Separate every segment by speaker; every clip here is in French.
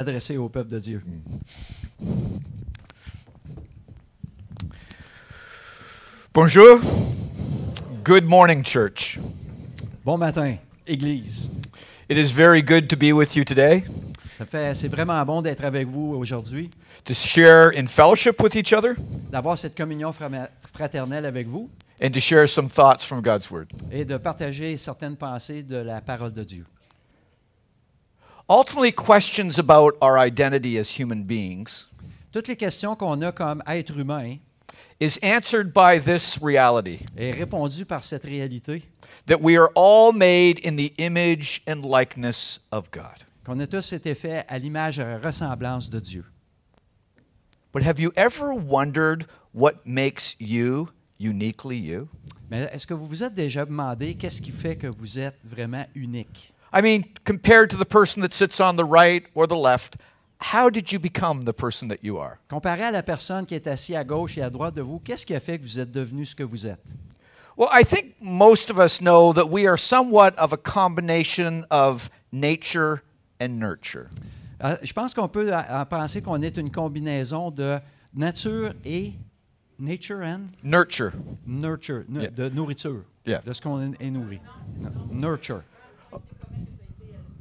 Speaker 1: adressée au peuple de Dieu.
Speaker 2: Bonjour. Good morning, church.
Speaker 1: Bon matin, Église.
Speaker 2: It is very good to be with you today,
Speaker 1: Ça fait, c'est vraiment bon d'être avec vous aujourd'hui,
Speaker 2: to share in fellowship with each other,
Speaker 1: d'avoir cette communion frama- fraternelle avec vous
Speaker 2: and to share some thoughts from God's Word.
Speaker 1: et de partager certaines pensées de la parole de Dieu.
Speaker 2: Ultimately, questions about our identity as human beings
Speaker 1: Toutes les questions qu'on a comme être humain
Speaker 2: is answered by this reality
Speaker 1: est répondues par cette réalité
Speaker 2: that we are all made in the image and likeness of God.
Speaker 1: qu'on a tous été faits à l'image et à la ressemblance de Dieu.
Speaker 2: But have you ever wondered what makes you uniquely you?
Speaker 1: Mais est-ce que vous vous êtes déjà demandé qu'est-ce qui fait que vous êtes vraiment unique?
Speaker 2: I mean, compared to the person that sits on the right or the left, how did you become the person that you are?
Speaker 1: Comparé à la personne qui est assise à gauche et à droite de vous, qu'est-ce qui a fait que vous êtes devenu ce que vous êtes?
Speaker 2: Well, I think most of us know that we are somewhat of a combination of nature and nurture.
Speaker 1: Euh, Je pense qu'on peut euh, penser qu'on est une combinaison de nature et nature and
Speaker 2: Nurture.
Speaker 1: nurture, nu-
Speaker 2: Yeah.
Speaker 1: de nourriture,
Speaker 2: Yeah.
Speaker 1: de ce qu'on est nourri. Nu- Nurture.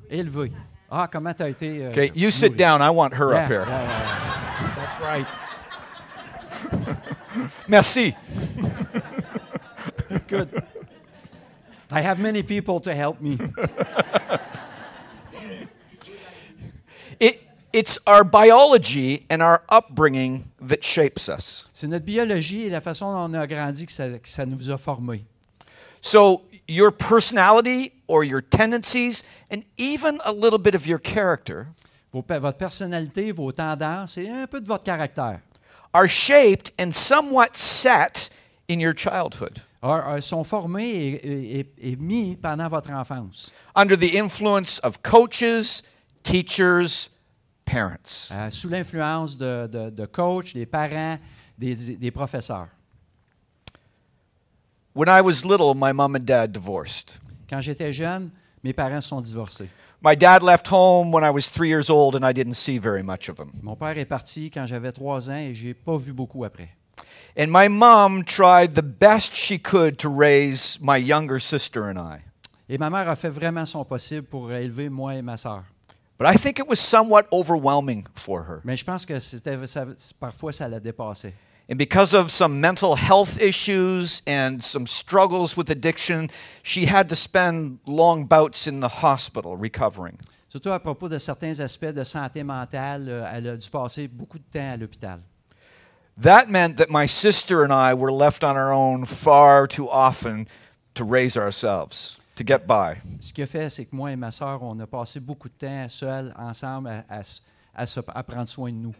Speaker 1: Élevé. Ah, comment tu as été. euh,
Speaker 2: Okay, you sit
Speaker 1: nourri.
Speaker 2: down. I want her
Speaker 1: Yeah,
Speaker 2: up here.
Speaker 1: yeah, yeah, yeah. That's right.
Speaker 2: Merci.
Speaker 1: Good. I have many people to help me.
Speaker 2: It, it's our biology and our upbringing that shapes us.
Speaker 1: C'est notre biologie et la façon dont on a grandi que ça, que ça nous a formés.
Speaker 2: So, your personality or your tendencies, and even a little bit of your character,
Speaker 1: Vos pe- votre personnalité, vos tendances et un peu de votre caractère
Speaker 2: are shaped and somewhat set in your childhood
Speaker 1: are- are- sont formés et, et- et- et mis pendant votre enfance,
Speaker 2: under the influence of coaches, teachers, parents.
Speaker 1: euh, sous l'influence de, de, de coachs, des parents, des, des professeurs.
Speaker 2: When I was little, my mom and dad divorced.
Speaker 1: Quand j'étais jeune, mes parents se sont divorcés.
Speaker 2: My dad left home when I was three years old, and I didn't see very much of him.
Speaker 1: Mon père est parti quand j'avais trois ans et j'ai pas vu beaucoup après.
Speaker 2: And my mom tried the best she could to raise my younger sister and I.
Speaker 1: Et ma mère a fait vraiment son possible pour élever moi et ma sœur.
Speaker 2: But I think it was somewhat overwhelming for her.
Speaker 1: Mais je pense que c'était, ça- parfois ça la dépassait.
Speaker 2: And because of some mental health issues and some struggles with addiction, she had to spend long bouts in the hospital recovering.
Speaker 1: Surtout à propos de certains aspects de santé mentale, euh, elle a dû passer beaucoup de temps à l'hôpital.
Speaker 2: That meant that my sister and I were left on our own far too often to raise ourselves, to get by.
Speaker 1: Ce qui a fait, c'est que moi et ma sœur, on a passé beaucoup de temps seuls, ensemble, à, à s- à se- à prendre soin de nous.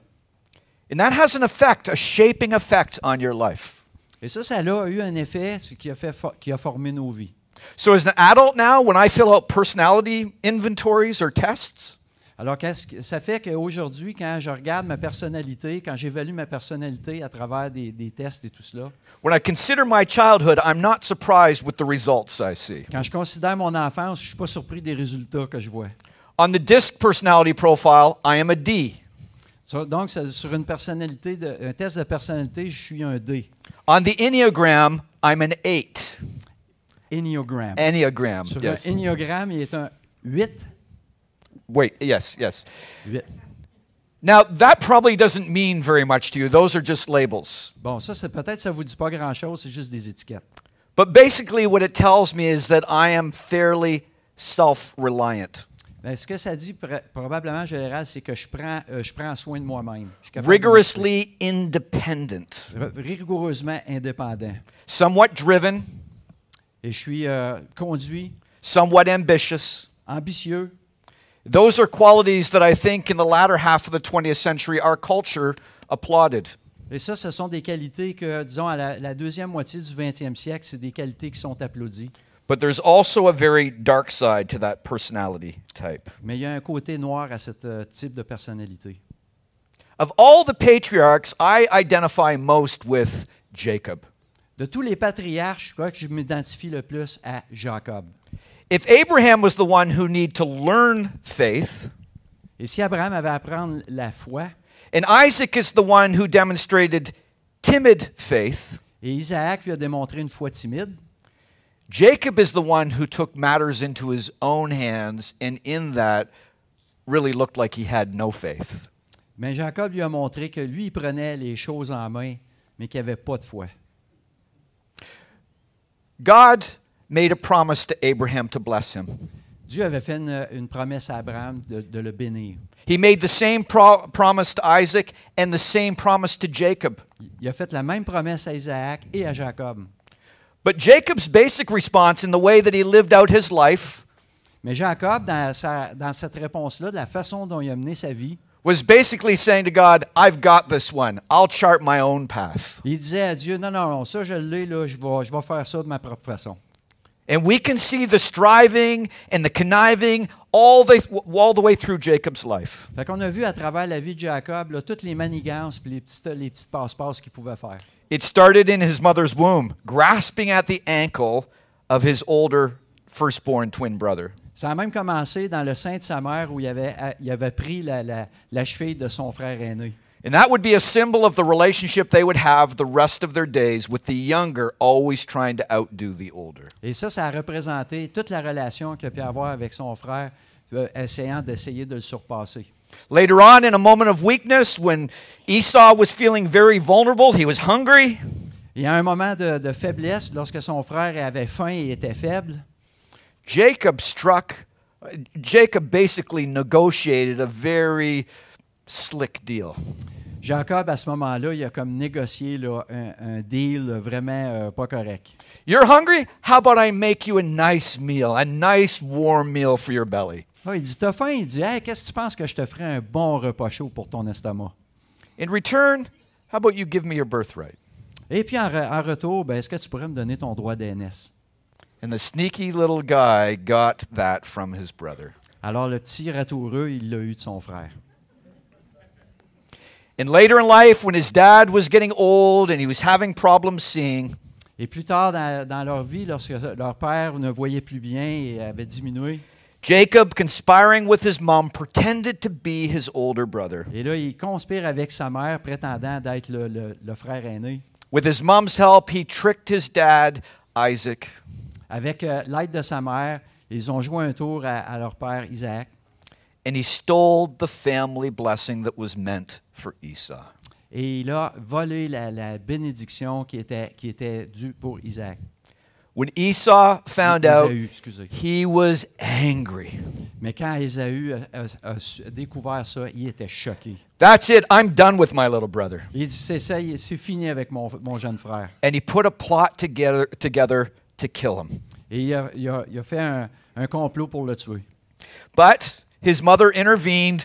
Speaker 2: And that has an effect, a shaping effect on your life.
Speaker 1: Et ça, ça a eu un effet ce qui a, fait fo- qui a formé nos vies.
Speaker 2: So, as an adult now, when I fill out personality inventories or tests,
Speaker 1: Alors, qu'est-ce que- ça fait qu'aujourd'hui, quand je regarde ma personnalité, quand j'évalue ma personnalité à travers des, des tests et tout cela,
Speaker 2: when I consider my childhood, I'm not surprised with the results I see.
Speaker 1: quand je considère mon enfance, je ne suis pas surpris des résultats que je vois.
Speaker 2: On the DISC personality profile, I am a D.
Speaker 1: Sur- Donc, ça- sur une personnalité de- un test de personnalité, je suis un D,
Speaker 2: On the Enneagram, I'm an 8.
Speaker 1: Enneagram.
Speaker 2: Enneagram.
Speaker 1: Sur
Speaker 2: Eh, Yes.
Speaker 1: un Enneagram, il est un 8.
Speaker 2: Wait, yes, yes.
Speaker 1: 8.
Speaker 2: Now, that probably doesn't mean very much to you. Those are just labels.
Speaker 1: Bon, ça, c'est peut-être ça vous dit pas grand-chose, c'est juste des étiquettes.
Speaker 2: But basically, what it tells me is that I am fairly self reliant,
Speaker 1: Mais ce que ça dit pr- probablement en général, c'est que je prends, euh, je prends soin de moi-même. Je suis capable de
Speaker 2: rigorously independent,
Speaker 1: m'occuper. R- rigoureusement indépendant.
Speaker 2: somewhat driven,
Speaker 1: Et je suis euh, conduit,
Speaker 2: somewhat ambitious.
Speaker 1: ambitieux.
Speaker 2: Those are qualities that I think in the latter half of the 20th century our culture applauded.
Speaker 1: Et ça, ce sont des qualités que, disons, à la, la deuxième moitié du 20e siècle, c'est des qualités qui sont applaudies.
Speaker 2: But there's also a very dark side to that personality type.
Speaker 1: Mais il y a un côté noir à ce type de personnalité.
Speaker 2: Of all the patriarchs, I identify most with Jacob.
Speaker 1: De tous les patriarches, je crois que je m'identifie le plus à Jacob.
Speaker 2: If Abraham was the one who need to learn faith,
Speaker 1: Et si Abraham avait à apprendre la foi,
Speaker 2: And Isaac is the one who demonstrated timid faith.
Speaker 1: et Isaac lui a démontré une foi timide,
Speaker 2: Jacob is the one who took matters into his own hands and, in that, really looked like he had no faith.
Speaker 1: mais Jacob lui a montré que lui, il prenait les choses en main, mais qu'il n'avait pas de foi.
Speaker 2: God made a promise to Abraham to bless him.
Speaker 1: Dieu avait fait une, une promesse à Abraham de, de le bénir.
Speaker 2: He made the same pro- promise to Isaac and the same promise to Jacob.
Speaker 1: Il a fait la même promesse à Isaac et à Jacob.
Speaker 2: But Jacob's basic response in the way that he lived out his life
Speaker 1: Mais Jacob, dans, sa- dans cette réponse-là, de la façon dont il a mené sa vie,
Speaker 2: was basically saying to God, I've got this one. I'll chart my own path.
Speaker 1: il disait à Dieu, non, non, non, ça je l'ai, là, je vais, je vais faire ça de ma propre façon.
Speaker 2: And we can see the striving and the conniving all the, all the way through Jacob's life.
Speaker 1: Fait qu'on a vu à travers la vie de Jacob là, toutes les manigances puis les petites, les petites passe-passe qu'il pouvait faire.
Speaker 2: It started in his mother's womb, grasping at the ankle of his older firstborn twin brother.
Speaker 1: Ça a même commencé dans le sein de sa mère où il avait, à- il avait pris la, la- la cheville de son frère aîné.
Speaker 2: And that would be a symbol of the relationship they would have the rest of their days with the younger always trying to outdo the older.
Speaker 1: Et ça, ça a représenté toute la relation qu'il a pu avoir avec son frère, euh, essayant d'essayer de le surpasser.
Speaker 2: Later on, in a moment of weakness, when Esau was feeling very vulnerable, he was hungry,
Speaker 1: Et à un moment de, de faiblesse, lorsque son frère avait faim et était faible,
Speaker 2: Jacob struck, Jacob basically negotiated a very slick deal.
Speaker 1: Jacob, à ce moment-là, il a comme négocié là, un, un deal vraiment euh, pas correct.
Speaker 2: You're hungry? How about I make you a nice meal, a nice warm meal for your belly?
Speaker 1: Ah, il dit T'as faim Il dit Hey, qu'est-ce que tu penses que je te ferais un bon repas chaud pour ton estomac
Speaker 2: In return, how about you give me your birthright?
Speaker 1: Et puis en, re- en retour, ben, est-ce que tu pourrais me donner ton droit d'aînesse
Speaker 2: And the sneaky little guy got that from his brother.
Speaker 1: Alors le petit ratoureux, il l'a eu de son frère.
Speaker 2: And later in life, when his dad was getting old and he was having problems seeing,
Speaker 1: Et plus tard dans, dans leur vie, lorsque leur père ne voyait plus bien et avait diminué,
Speaker 2: Jacob, conspiring with his mom, pretended to be his older brother.
Speaker 1: et là, il conspire avec sa mère, prétendant d'être le, le- le frère aîné.
Speaker 2: With his mom's help, he tricked his dad, Isaac.
Speaker 1: Avec euh, l'aide de sa mère, ils ont joué un tour à- à leur père Isaac.
Speaker 2: And he stole the family blessing that was meant for Esau.
Speaker 1: Et il a volé la, la bénédiction qui était, qui était due pour Isaac.
Speaker 2: When Esau found out,
Speaker 1: Ésaü, excusez.
Speaker 2: he was angry.
Speaker 1: Mais quand Ésaü a, a- a su- découvert ça, il était choqué.
Speaker 2: That's it. I'm done with my little brother.
Speaker 1: Il dit, c'est ça, il- c'est fini avec mon, mon jeune frère.
Speaker 2: And he put a plot together, together to kill him.
Speaker 1: Et il a, il a- il a fait un, un complot pour le tuer.
Speaker 2: But his mother intervened,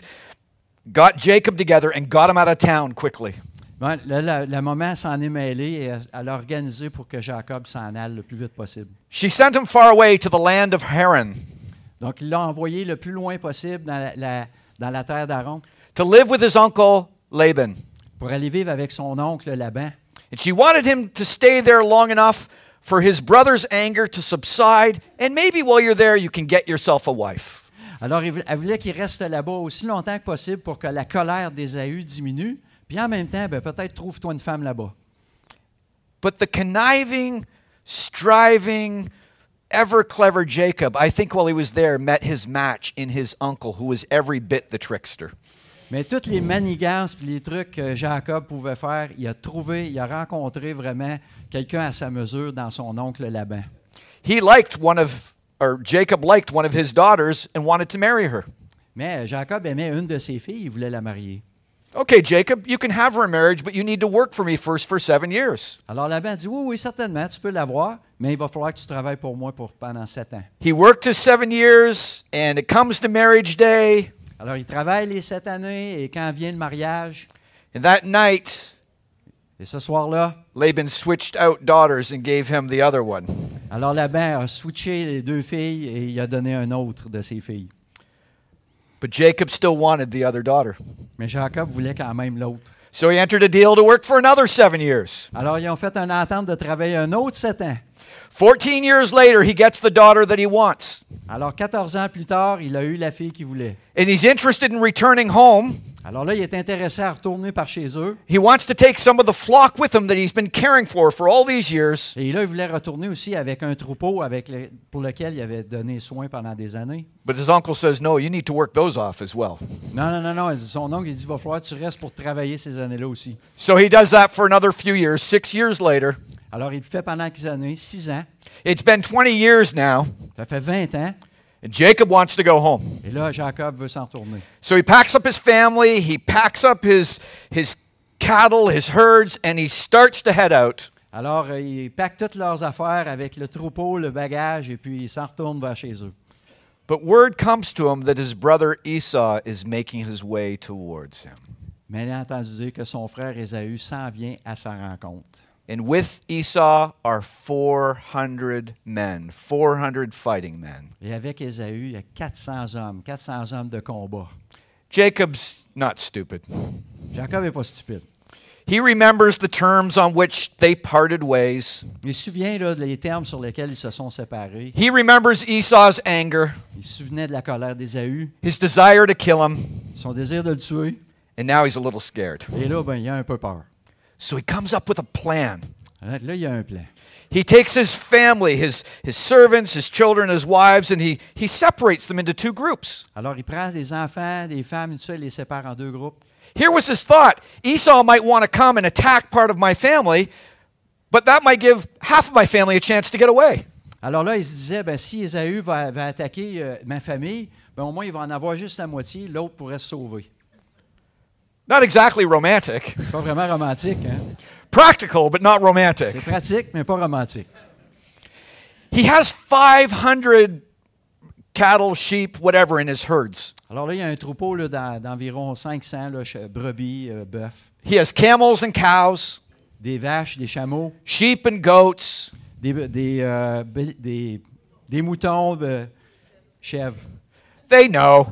Speaker 2: got Jacob together, and got him out of town quickly.
Speaker 1: Bon, là, Ben, la, la maman s'en est mêlée et elle, elle a organisé pour que Jacob s'en aille le plus vite possible.
Speaker 2: She sent him far away to the land of Haran
Speaker 1: Donc, il l'a envoyé le plus loin possible dans la, la- dans la terre d'Aaron
Speaker 2: to live with his uncle Laban.
Speaker 1: pour aller vivre avec son oncle Laban.
Speaker 2: And she wanted him to stay there long enough for his brother's anger to subside, and maybe while you're there, you can get yourself a wife.
Speaker 1: Alors, il vou- elle voulait qu'il reste là-bas aussi longtemps que possible pour que la colère d'Ésaü diminue. Puis en même temps, ben, peut-être trouve-toi une femme là-bas.
Speaker 2: But the conniving, striving, ever clever Jacob, I think while he was there, met his match in his uncle, who was every bit the trickster.
Speaker 1: Mais toutes les manigances et les trucs que Jacob pouvait faire, il a trouvé, il a rencontré vraiment quelqu'un à sa mesure dans son oncle Laban.
Speaker 2: He liked one of, or Jacob liked one of his daughters and wanted to marry her.
Speaker 1: Mais euh, Jacob aimait une de ses filles, il voulait la marier.
Speaker 2: Okay, Jacob, you can have her in marriage, but you need to work for me first for seven years.
Speaker 1: Alors Laban dit Oui, oui, certainement, tu peux l'avoir, mais il va falloir que tu travailles pour moi pour pendant sept ans.
Speaker 2: He worked his seven years, and it comes to marriage day.
Speaker 1: Alors il travaille les sept années et quand vient le mariage,
Speaker 2: And that night,
Speaker 1: et ce soir-là,
Speaker 2: Laban switched out daughters and gave him the other one.
Speaker 1: Alors Laban a switché les deux filles et il a donné un autre de ses filles.
Speaker 2: But Jacob still wanted the other daughter.
Speaker 1: Mais Jacob voulait quand même l'autre.
Speaker 2: So he entered a deal to work for another seven years.
Speaker 1: Alors, ils ont fait une entente de travailler un autre sept ans.
Speaker 2: 14 years later, he gets the daughter that he wants.
Speaker 1: Alors, 14 ans plus tard, il a eu la fille qu'il voulait.
Speaker 2: And he's interested in returning home.
Speaker 1: Alors là, il est intéressé à retourner par chez eux.
Speaker 2: He wants to take some of the flock with him that he's been caring for for all these years.
Speaker 1: Et là, il voulait retourner aussi avec un troupeau avec le- pour lequel il avait donné soin pendant des années.
Speaker 2: But his uncle says, No, you need to work those off as well.
Speaker 1: Non, non, non, non. il dit- Son oncle, il dit, va falloir que tu restes pour travailler ces années-là aussi.
Speaker 2: So he does that for another few years. Six years later,
Speaker 1: Alors, il le fait pendant quelques années, six ans.
Speaker 2: it's been 20 years now,
Speaker 1: Ça fait 20 ans.
Speaker 2: and Jacob wants to go home.
Speaker 1: Et là, Jacob veut s'en retourner.
Speaker 2: So he packs up his family, he packs up his, his cattle, his herds, and he starts to head out.
Speaker 1: Alors, euh, ils packent toutes leurs affaires avec le troupeau, le bagage, et puis ils s'en retournent vers chez eux.
Speaker 2: But word comes to him that his brother Esau is making his way towards him.
Speaker 1: Mais il a entendu dire que son frère Ésaü s'en vient à sa rencontre.
Speaker 2: And with Esau are 400 men, 400 fighting men.
Speaker 1: Et avec Ésaü, il y a 400 hommes, 400 hommes de combat.
Speaker 2: Jacob's not stupid.
Speaker 1: Jacob n'est pas stupide.
Speaker 2: He remembers the terms on which they parted ways.
Speaker 1: Il se souvient là, des termes sur lesquels ils se sont séparés.
Speaker 2: He remembers Esau's anger,
Speaker 1: Il se souvenait de la colère d'Ésaü,
Speaker 2: his desire to kill him,
Speaker 1: son désir de le tuer.
Speaker 2: and now he's a little scared.
Speaker 1: Et là, ben, il a un peu peur.
Speaker 2: So he comes up with a plan.
Speaker 1: Alors Là, il y a un plan.
Speaker 2: He takes his family, his, his servants, his children, his wives, and he, he separates them into two groups.
Speaker 1: Alors, il prend des enfants, des femmes, tout ça, il les sépare en deux groupes.
Speaker 2: Here was his thought Esau might want to come and attack part of my family, but that might give half of my family a chance to get away.
Speaker 1: Alors là, il se disait, ben, si Ésaü va, va attaquer euh, ma famille, ben, au moins, il va en avoir juste la moitié, l'autre pourrait se sauver.
Speaker 2: Not exactly romantic.
Speaker 1: C'est Pas vraiment romantique, hein?
Speaker 2: Practical, but not romantic.
Speaker 1: C'est pratique, mais pas romantique.
Speaker 2: He has 500 cattle, sheep, whatever in his herds.
Speaker 1: Alors là, il y a un troupeau là, d'en- d'environ 500 là, che- brebis, euh, bœufs,
Speaker 2: He has camels and cows,
Speaker 1: des vaches, des chameaux,
Speaker 2: sheep and goats.
Speaker 1: des, be- des, euh, be- des- des moutons, euh, chèvres,
Speaker 2: They know.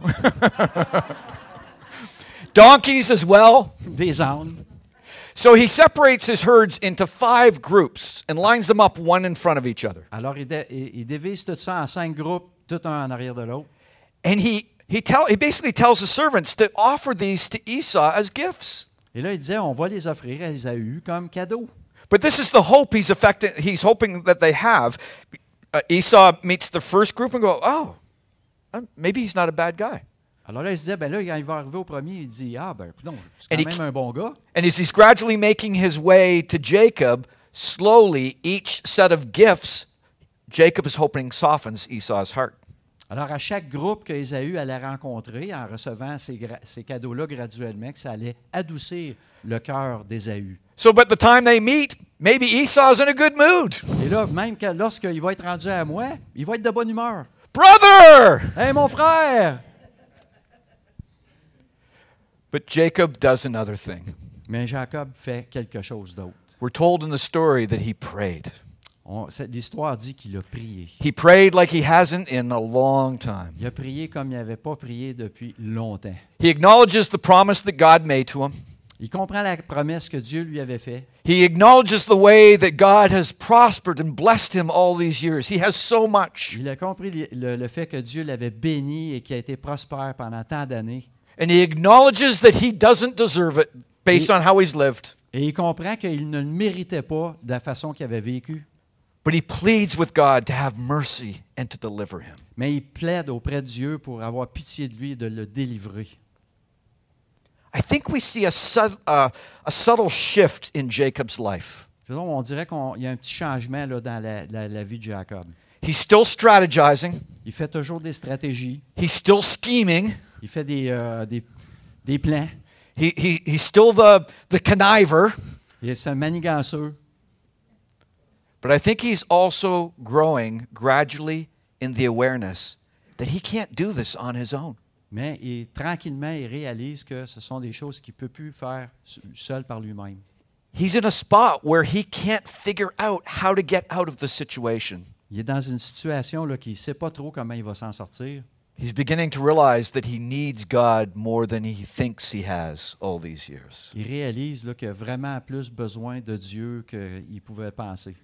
Speaker 2: Donkeys as well.
Speaker 1: des ânes.
Speaker 2: So he separates his herds into five groups and lines them up one in front of each other.
Speaker 1: Alors, il, dé- il- il divise tout ça en cinq groupes, tout un en arrière de l'autre.
Speaker 2: And he, he, tell, he basically tells his servants to offer these to Esau as gifts.
Speaker 1: Et là, il disait, on va les offrir à Ésaü comme cadeau.
Speaker 2: But this is the hope he's, affecting, he's hoping that they have. Uh, Esau meets the first group and go, oh, um, maybe he's not a bad guy.
Speaker 1: Alors là, il se disait, ben là, quand il va arriver au premier, il dit, ah, ben, non, c'est
Speaker 2: Et
Speaker 1: quand
Speaker 2: les-
Speaker 1: même un bon gars.
Speaker 2: And as he's gradually making his way to Jacob, slowly each set of gifts, Jacob is hoping softens Esau's heart.
Speaker 1: Alors, à chaque groupe que Ésaü allait rencontrer, en recevant ces, gra- ces cadeaux-là graduellement, que ça allait adoucir le cœur d'Ésaü.
Speaker 2: So by the time they meet, maybe Esau's in a good mood.
Speaker 1: Et là, même quand- lorsqu'il va être rendu à moi, il va être de bonne humeur.
Speaker 2: Brother!
Speaker 1: Hey, mon frère!
Speaker 2: But Jacob does another thing.
Speaker 1: Mais Jacob fait quelque chose d'autre.
Speaker 2: We're told in the story that he prayed.
Speaker 1: On- c'est- L'histoire dit qu'il a prié.
Speaker 2: He prayed like he hasn't in a long time.
Speaker 1: Il a prié comme il n'avait pas prié depuis longtemps.
Speaker 2: He acknowledges the promise that God made to him.
Speaker 1: Il comprend la promesse que Dieu lui avait faite.
Speaker 2: He acknowledges the way that God has prospered and blessed him all these years. He has so much.
Speaker 1: Il a compris le, le- le fait que Dieu l'avait béni et qu'il a été prospère pendant tant d'années.
Speaker 2: And he acknowledges that he doesn't deserve it based on how he's lived.
Speaker 1: Et il comprend qu'il ne le méritait pas de la façon qu'il avait vécu.
Speaker 2: But he pleads with God to have mercy and to deliver him.
Speaker 1: Mais il plaide auprès de Dieu pour avoir pitié de lui et de le délivrer.
Speaker 2: I think we see a, sub, uh, a subtle shift in Jacob's life.
Speaker 1: C'est donc, on dirait qu'il y a un petit changement là, dans la, la- la vie de Jacob.
Speaker 2: He's still strategizing,
Speaker 1: Il fait toujours des stratégies,
Speaker 2: he's still scheming,
Speaker 1: il fait des, euh, des- des plans.
Speaker 2: he, he, he's still the, the conniver,
Speaker 1: Il est un maniganceux.
Speaker 2: but I think he's also growing gradually in the awareness that he can't do this on his own.
Speaker 1: Mais il- tranquillement, il réalise que ce sont des choses qu'il ne peut plus faire se- seul par lui-même.
Speaker 2: He's in a spot where he can't figure out how to get out of the situation.
Speaker 1: Il est dans une situation là, qu'il ne sait pas trop comment il va s'en sortir.
Speaker 2: He's beginning to realize that he needs God more than he thinks he has all these years.
Speaker 1: Il réalise là, qu'il a vraiment plus besoin de Dieu qu'il pouvait penser.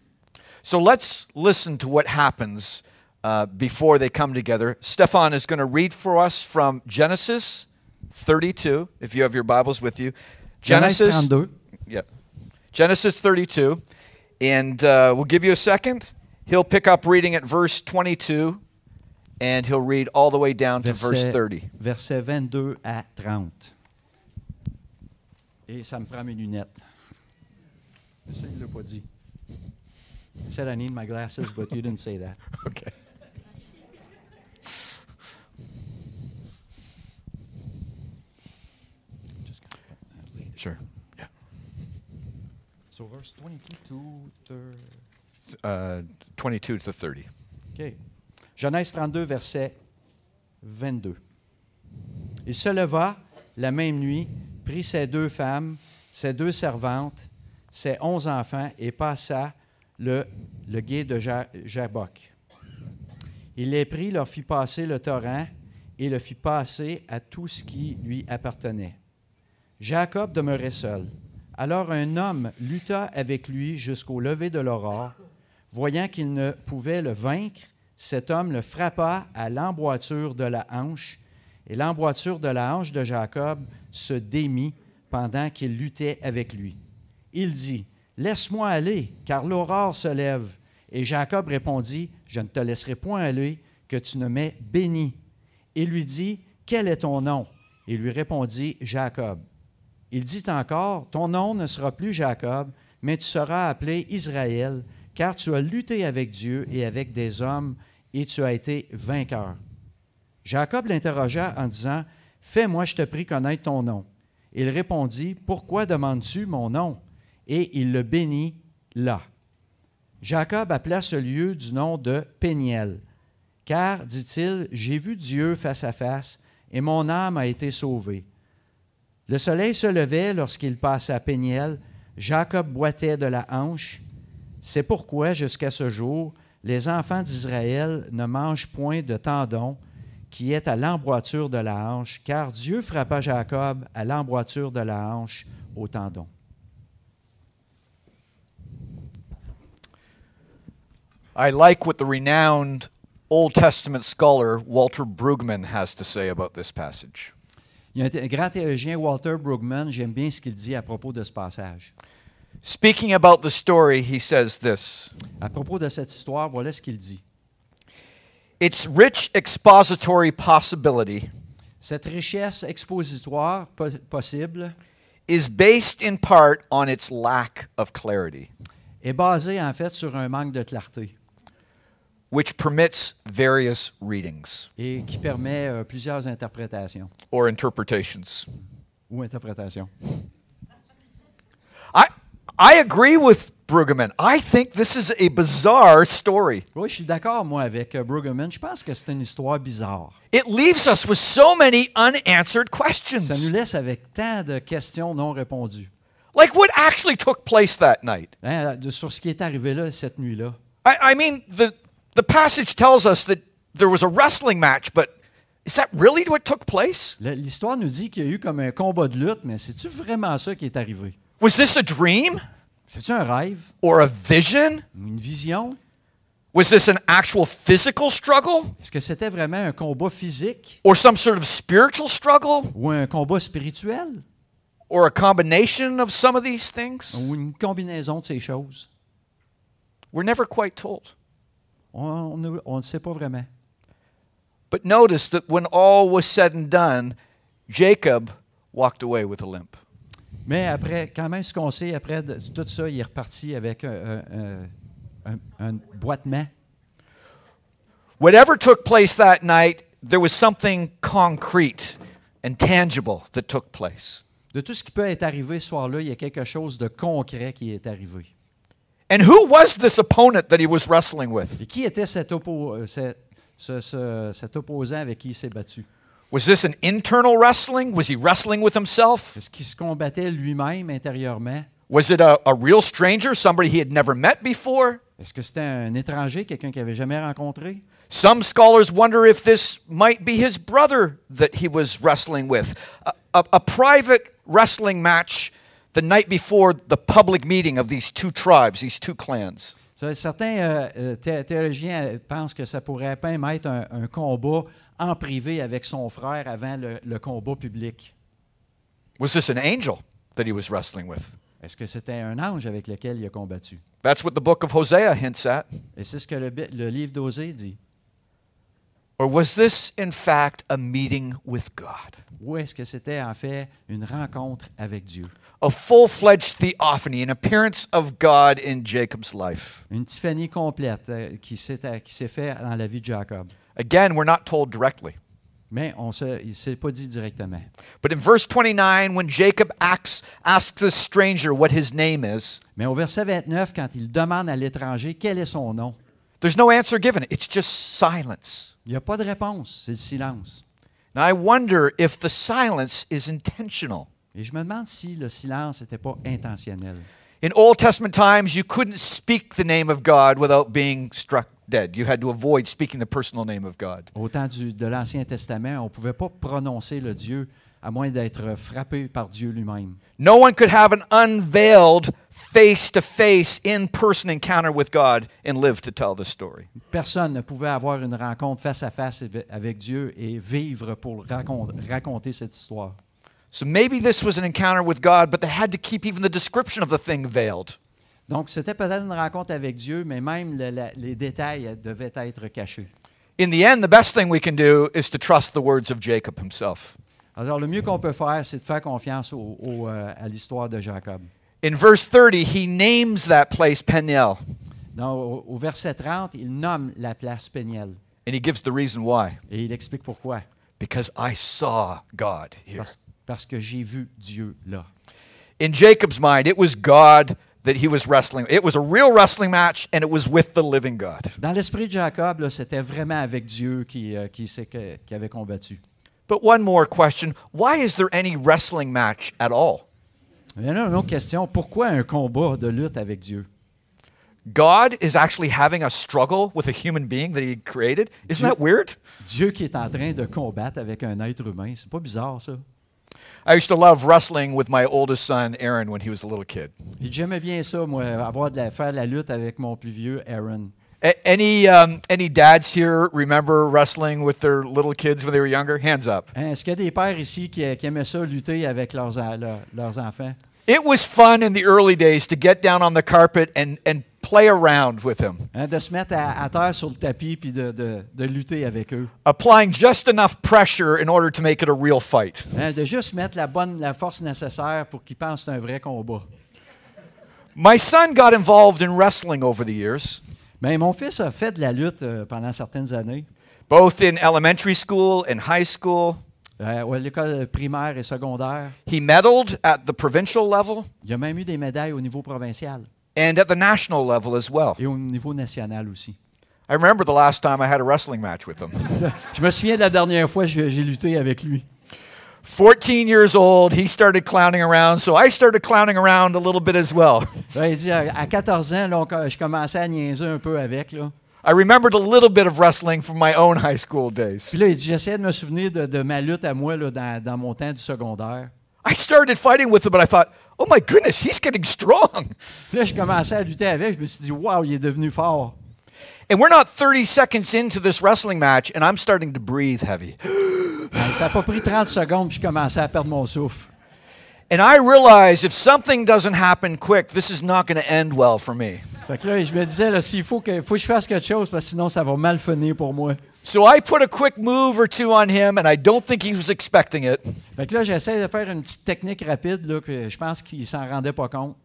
Speaker 2: So let's listen to what happens uh, before they come together. Stefan is going to read for us from Genesis 32, if you have your Bibles with you.
Speaker 1: Genèse
Speaker 2: Genesis,
Speaker 1: 32.
Speaker 2: Yeah. Genesis 32. And uh, we'll give you a second. He'll pick up reading at verse 22, and he'll read all the way down to verse
Speaker 1: verset-
Speaker 2: 30.
Speaker 1: verset 22 à 30. Et ça me prend mes lunettes. Ça, il l'a pas dit. I said I need my glasses, but you didn't say that.
Speaker 2: Okay.
Speaker 1: Just gonna put that later.
Speaker 2: Sure. Yeah.
Speaker 1: So verse 22 to 30.
Speaker 2: Uh, 22 to 30.
Speaker 1: OK. Genèse 32, verset 22. Il se leva la même nuit, prit ses deux femmes, ses deux servantes, ses onze enfants et passa le, le gué de Ja- Jabbok. Il les prit, leur fit passer le torrent et le fit passer à tout ce qui lui appartenait. Jacob demeurait seul. Alors un homme lutta avec lui jusqu'au lever de l'aurore. Voyant qu'il ne pouvait le vaincre, cet homme le frappa à l'emboîture de la hanche, et l'emboîture de la hanche de Jacob se démit pendant qu'il luttait avec lui. Il dit, Laisse-moi aller, car l'aurore se lève. Et Jacob répondit, Je ne te laisserai point aller, que tu ne m'aies béni. Et lui dit, Quel est ton nom? Et lui répondit, Jacob. Il dit encore, Ton nom ne sera plus Jacob, mais tu seras appelé Israël, car tu as lutté avec Dieu et avec des hommes, et tu as été vainqueur. Jacob l'interrogea en disant, Fais-moi, je te prie, connaître ton nom. Il répondit, Pourquoi demandes-tu mon nom? Et il le bénit là. Jacob appela ce lieu du nom de Péniel, car, dit-il, j'ai vu Dieu face à face, et mon âme a été sauvée. Le soleil se levait lorsqu'il passait à Péniel. Jacob boitait de la hanche. C'est pourquoi, jusqu'à ce jour, les enfants d'Israël ne mangent point de tendon qui est à l'emboîture de la hanche, car Dieu frappa Jacob à l'emboîture de la hanche au tendon.
Speaker 2: I like what the renowned Old Testament scholar Walter Brueggemann has to say about this passage.
Speaker 1: Il y a un thé- un grand théologien, Walter Brueggemann, j'aime bien ce qu'il dit à propos de ce passage.
Speaker 2: Speaking about the story, he says this
Speaker 1: À propos de cette histoire, voilà ce qu'il dit.
Speaker 2: Its rich expository possibility
Speaker 1: Cette richesse expositoire po- possible
Speaker 2: is based in part on its lack of clarity,
Speaker 1: est basée en fait sur un manque de clarté.
Speaker 2: which permits various readings
Speaker 1: et qui permet euh, plusieurs interprétations
Speaker 2: or interpretations.
Speaker 1: ou interprétations.
Speaker 2: I, I agree with Brueggemann. I think this is a bizarre story.
Speaker 1: Oui, je suis d'accord, moi, avec euh, Brueggemann. Je pense que c'est une histoire bizarre.
Speaker 2: It leaves us with so many unanswered
Speaker 1: Ça nous
Speaker 2: questions.
Speaker 1: laisse avec tant de questions non répondues
Speaker 2: Like, what actually took place that night?
Speaker 1: Hein, de- sur ce qui est arrivé là cette nuit-là.
Speaker 2: I, I mean, the, the passage tells us that there was a wrestling match, but is that really what took place?
Speaker 1: Le- L'histoire nous dit qu'il y a eu comme un combat de lutte, mais c'est-tu vraiment ça qui est arrivé?
Speaker 2: Was this a dream
Speaker 1: C'est-tu un rêve
Speaker 2: or a vision?
Speaker 1: ou une vision?
Speaker 2: Was this an actual physical struggle
Speaker 1: Est-ce que c'était vraiment un combat physique
Speaker 2: or some sort of spiritual struggle
Speaker 1: ou un combat spirituel
Speaker 2: or a combination of some of these things?
Speaker 1: ou une combinaison de ces choses?
Speaker 2: We're never quite told.
Speaker 1: On- On ne- on ne sait pas vraiment.
Speaker 2: But notice that when all was said and done, Jacob walked away with a limp.
Speaker 1: Mais après, quand même, ce qu'on sait, après de- tout ça, il est reparti avec un, un- un- un- un boitement.
Speaker 2: Whatever took place that night, there was something concrete and tangible that took place.
Speaker 1: De tout ce qui peut être arrivé ce soir-là, il y a quelque chose de concret qui est arrivé.
Speaker 2: And who was this opponent that he was wrestling with?
Speaker 1: Et qui était cet, oppo- euh, ce- ce- ce- cet opposant avec qui il s'est battu?
Speaker 2: Was this an internal wrestling? Was he wrestling with himself?
Speaker 1: Est-ce qu'il se combattait lui-même intérieurement?
Speaker 2: Was it a, a real stranger, somebody he had never met before?
Speaker 1: Est-ce que c'était un étranger, quelqu'un qu'il n'avait jamais rencontré?
Speaker 2: Some scholars wonder if this might be his brother that he was wrestling with. A, a- a private wrestling match the night before the public meeting of these two tribes, these two clans.
Speaker 1: Ça, Certains euh, euh, thé- théologiens euh, pensent que ça pourrait même être un, un combat en privé avec son frère avant le, le combat public.
Speaker 2: Was this an angel that he was wrestling with?
Speaker 1: Est-ce que c'était un ange avec lequel il a combattu?
Speaker 2: That's what the book of Hosea hints at.
Speaker 1: Et c'est ce que le, bi- le livre d'Osée dit.
Speaker 2: Or was this, in fact, a meeting with God?
Speaker 1: Ou est-ce que c'était en fait une rencontre avec Dieu?
Speaker 2: A full fledged theophany, an appearance of God in Jacob's life.
Speaker 1: Une Tiffany complète euh, qui s'est euh, qui s'est fait dans la vie de Jacob.
Speaker 2: Again, we're not told directly.
Speaker 1: Mais on se, il ne s'est pas dit directement.
Speaker 2: But in verse 29, when Jacob acts, asks the stranger what his name is,
Speaker 1: Mais au verset 29, quand il demande à l'étranger quel est son nom,
Speaker 2: there's no answer given. It's just silence.
Speaker 1: il n'y a pas de réponse, c'est le silence.
Speaker 2: And I wonder if the silence is intentional.
Speaker 1: Et je me demande si le silence n'était pas intentionnel.
Speaker 2: In Old Testament times, you couldn't speak the name of God without being struck dead. You had to avoid speaking the personal name of God.
Speaker 1: Au temps du- de l'Ancien Testament, on ne pouvait pas prononcer le Dieu à moins d'être frappé par Dieu lui-même.
Speaker 2: No one could have an unveiled, face to face, in person encounter with God and live to tell the story.
Speaker 1: Personne ne pouvait avoir une rencontre face à face ave- avec Dieu et vivre pour racon- raconter cette histoire.
Speaker 2: So maybe this was an encounter with God, but they had to keep even the description of the thing veiled.
Speaker 1: Donc, c'était peut-être une rencontre avec Dieu, mais même le- la- les détails euh, devaient être cachés.
Speaker 2: In the end, the best thing we can do is to trust the words of Jacob himself.
Speaker 1: Alors, le mieux qu'on peut faire, c'est de faire confiance au- au, euh, à l'histoire de Jacob.
Speaker 2: In verse 30, he names that place Peniel,
Speaker 1: Donc, au, au verset 30, il nomme la place Péniel
Speaker 2: and he gives the reason why.
Speaker 1: et il explique pourquoi.
Speaker 2: Because I saw God here.
Speaker 1: Parce, parce que j'ai vu Dieu là.
Speaker 2: In Jacob's mind, it was God that he was wrestling. It was a real wrestling match, and it was with the living God.
Speaker 1: Dans l'esprit de Jacob, là, c'était vraiment avec Dieu qui, euh, qui, s'est- que- qui avait combattu.
Speaker 2: But one more question why is there any wrestling match at all?
Speaker 1: Mais là, une autre question. Pourquoi un combat de lutte avec Dieu?
Speaker 2: God is actually having a struggle with a human being that he created. Isn't that weird?
Speaker 1: Dieu qui est en train de combattre avec un être humain. C'est pas bizarre, ça.
Speaker 2: I used to love wrestling with my oldest son, Aaron, when he was a little kid.
Speaker 1: Puis J'aimais bien ça, moi, avoir de la, faire de la lutte avec mon plus vieux, Aaron.
Speaker 2: A- any um, any dads here remember wrestling with their little kids when they were younger? Hands up.
Speaker 1: Hein, Est-ce qu'il y a des pères ici qui, qui aimaient ça, lutter avec leurs, en- leurs- leurs enfants?
Speaker 2: It was fun in the early days to get down on the carpet and and play around with him,
Speaker 1: Hein, de se mettre à, à terre sur le tapis puis de, de- de lutter avec eux.
Speaker 2: applying just enough pressure in order to make it a real fight.
Speaker 1: Hein, de juste mettre la bonne la force nécessaire pour qu'ils pensent que c'est un vrai combat.
Speaker 2: My son got involved in wrestling over the years,
Speaker 1: Mais Ben, mon fils a fait de la lutte euh, pendant certaines années,
Speaker 2: both in elementary school and high school.
Speaker 1: euh, à l'école primaire et secondaire.
Speaker 2: He medaled at the provincial level
Speaker 1: Il a même eu des médailles au niveau provincial
Speaker 2: and at the national level as well.
Speaker 1: et au niveau national aussi.
Speaker 2: I remember the last time I had a wrestling match with him.
Speaker 1: Je me souviens de la dernière fois que j'ai j'ai lutté avec lui.
Speaker 2: 14 years old, he started clowning around, so I started clowning around a little bit as well.
Speaker 1: Là, il dit, à à 14 ans, là, on co- je commençais à niaiser un peu avec. Là.
Speaker 2: I remembered a little bit of wrestling from my own high school days.
Speaker 1: Puis là, il dit, j'essayais de me souvenir de, de ma lutte à moi là, dans, dans mon temps du secondaire.
Speaker 2: I started fighting with him, but I thought, oh my goodness, he's getting strong.
Speaker 1: Puis là, je commençais à lutter avec. Je me suis dit, waouh, il est devenu fort.
Speaker 2: And we're not 30 seconds into this wrestling match, and I'm starting to breathe heavy.
Speaker 1: Ben, Ça n'a pas pris 30 secondes, puis je commençais à perdre mon souffle.
Speaker 2: And I realize if something doesn't happen quick, this is not going to end well for me.
Speaker 1: Fait que là, je me disais, là, s'il faut que, faut que je fasse quelque chose, parce que sinon, ça va mal finir pour moi.
Speaker 2: So I put a quick move or two on him, and I don't think he was expecting it.
Speaker 1: Fait que là, j'essaie de faire une petite technique rapide, là, que je pense qu'il s'en rendait pas compte.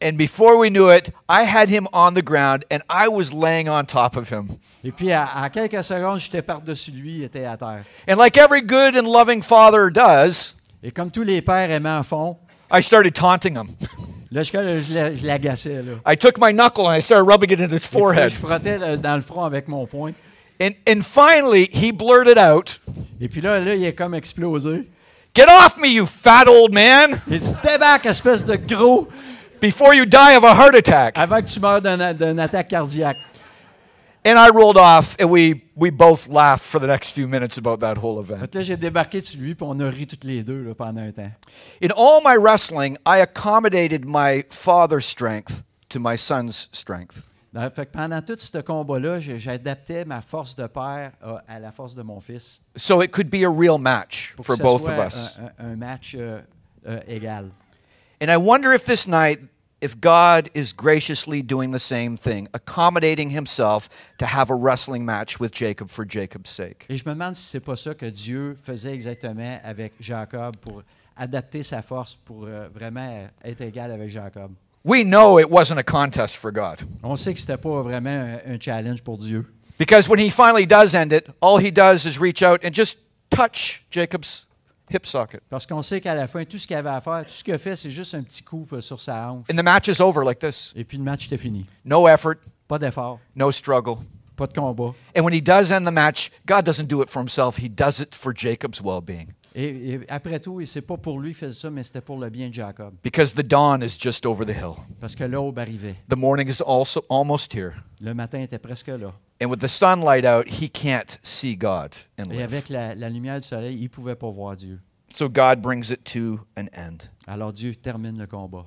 Speaker 2: And before we knew it, I had him on the ground, and I was laying on top of him.
Speaker 1: Et puis, à- en quelques secondes, j'étais par-dessus lui, il était à terre.
Speaker 2: And like every good and loving father does,
Speaker 1: Et comme tous les pères aimaient en fond,
Speaker 2: I started taunting him.
Speaker 1: là, je, je l'a- je l'agaçais, là.
Speaker 2: I took my knuckle and I started rubbing it in his
Speaker 1: Puis là,
Speaker 2: forehead.
Speaker 1: je frottais là, dans le front avec mon poing.
Speaker 2: And, and finally, he blurted out,
Speaker 1: Et puis là, là, il est comme explosé.
Speaker 2: Get off me, you fat old man,
Speaker 1: Il dit Débarque, espèce de gros,
Speaker 2: before you die of a heart attack.
Speaker 1: avant que tu meurs d'une d'une attaque cardiaque.
Speaker 2: And I rolled off, and we, we both laughed for the next few minutes about that whole event.
Speaker 1: Fait que là, j'ai débarqué dessus lui, puis on a ri toutes les deux là, pendant un temps.
Speaker 2: In all my wrestling, I accommodated my father's strength to my son's strength.
Speaker 1: Dans- fait que pendant tout ce combat-là, je- j'adaptais ma force de père à, à la force de mon fils
Speaker 2: So it could be a real match
Speaker 1: pour
Speaker 2: for
Speaker 1: que ce
Speaker 2: both
Speaker 1: soit
Speaker 2: of us.
Speaker 1: Un, un- un match euh, euh, égal.
Speaker 2: And I wonder if this night, if God is graciously doing the same thing, accommodating himself to have a wrestling match with Jacob for Jacob's sake.
Speaker 1: Et je me demande si c'est pas ça que Dieu faisait exactement avec Jacob pour adapter sa force pour euh, vraiment euh, être égal avec Jacob.
Speaker 2: We know it wasn't a contest for God.
Speaker 1: On sait que c'était pas vraiment un, un challenge pour Dieu.
Speaker 2: Because when he finally does end it, all he does is reach out and just touch Jacob's hip socket.
Speaker 1: Parce qu'on sait qu'à la fin, tout ce qu'il avait à faire, tout ce qu'il a fait, c'est juste un petit coup euh, sur sa hanche.
Speaker 2: And the match is over like this
Speaker 1: Et puis le match était fini.
Speaker 2: no effort,
Speaker 1: Pas d'effort,
Speaker 2: no struggle.
Speaker 1: pas de combat.
Speaker 2: And when he does end the match, God doesn't do it for himself, he does it for Jacob's well being.
Speaker 1: Et, et après tout, et c'est pas pour lui qu'il faisait ça, mais c'était pour le bien de Jacob.
Speaker 2: Because the dawn is just over the hill,
Speaker 1: Parce que l'aube arrivait.
Speaker 2: the morning is also almost here.
Speaker 1: Le matin était presque là.
Speaker 2: And with the sunlight out, he can't see God and
Speaker 1: Et avec
Speaker 2: live.
Speaker 1: la, la lumière du soleil, il ne pouvait pas voir Dieu.
Speaker 2: So God brings it to an end.
Speaker 1: Alors Dieu termine le combat.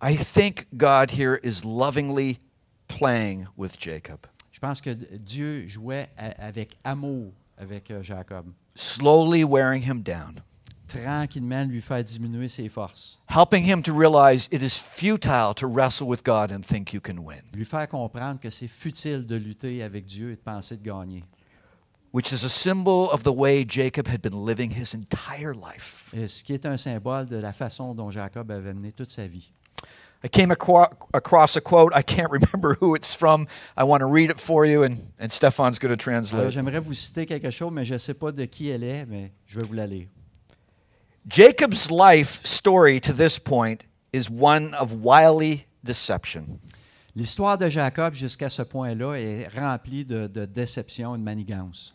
Speaker 2: I think God here is lovingly playing with Jacob,
Speaker 1: Je pense que D- Dieu jouait a- avec amour avec euh, Jacob.
Speaker 2: slowly wearing him down.
Speaker 1: Tranquillement, lui faire diminuer ses forces.
Speaker 2: helping him to realize it is futile to wrestle with God and think you can win,
Speaker 1: Lui faire comprendre que c'est futile de lutter avec Dieu et de penser de gagner.
Speaker 2: which is a symbol of the way Jacob had been living his entire life.
Speaker 1: Et ce qui est un symbole de la façon dont Jacob avait mené toute sa vie.
Speaker 2: I came aqua- across a quote. I can't remember who it's from. I want to read it for you, and, and Stefan's going to
Speaker 1: Alors,
Speaker 2: translate.
Speaker 1: j'aimerais vous citer quelque chose, mais je ne sais pas de qui elle est, mais je vais vous la lire.
Speaker 2: Jacob's life story to this point is one of wily deception.
Speaker 1: L'histoire de Jacob jusqu'à ce point-là est remplie de, de déception et de manigance.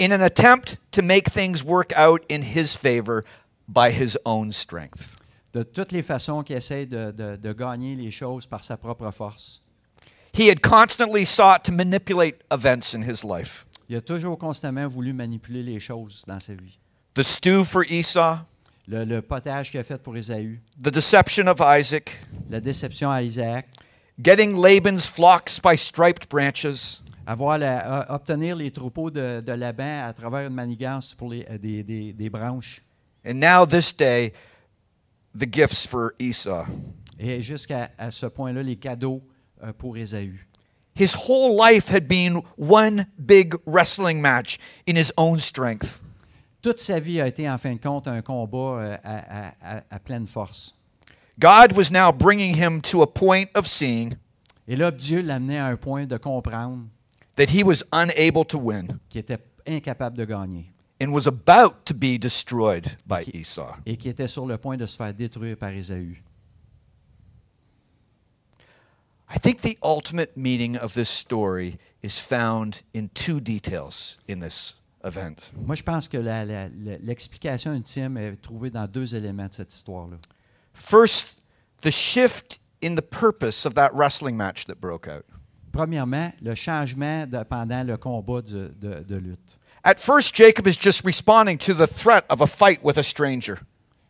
Speaker 2: In an attempt to make things work out in his favor by his own strength.
Speaker 1: De toutes les façons qu'il essaie de, de- de gagner les choses par sa propre force.
Speaker 2: He had constantly sought to manipulate events in his life.
Speaker 1: Il a toujours constamment voulu manipuler les choses dans sa vie.
Speaker 2: the stew for Esau,
Speaker 1: Le, le potage qu'il a fait pour Ésaü,
Speaker 2: the deception of Isaac,
Speaker 1: la déception à Isaac,
Speaker 2: getting Laban's flocks by striped branches,
Speaker 1: avoir la- euh, obtenir les troupeaux de, de Laban à travers une manigance pour les, euh, des, des- des branches.
Speaker 2: and now this day, the gifts for Esau.
Speaker 1: Et jusqu'à à ce point-là, les cadeaux euh, pour Ésaü.
Speaker 2: His whole life had been one big wrestling match in his own strength.
Speaker 1: Toute sa vie a été en fin de compte un combat euh, à- à- à- à pleine force.
Speaker 2: God was now bringing him to a point of seeing
Speaker 1: Et là, Dieu l'amenait à un point de comprendre
Speaker 2: that he was unable to win
Speaker 1: qu'il était incapable de gagner
Speaker 2: and was about to be destroyed by Esau.
Speaker 1: et qu'il était sur le point de se faire détruire par Ésaü.
Speaker 2: I think the ultimate meaning of this story is found in two details in this event.
Speaker 1: Moi, je pense que la- la- la- l'explication ultime est trouvée dans deux éléments de cette histoire-là.
Speaker 2: First, the shift in the purpose of that wrestling match that broke out.
Speaker 1: Premièrement, le changement de- pendant le combat du- de, de lutte.
Speaker 2: At first, Jacob is just responding to the threat of a fight with a stranger.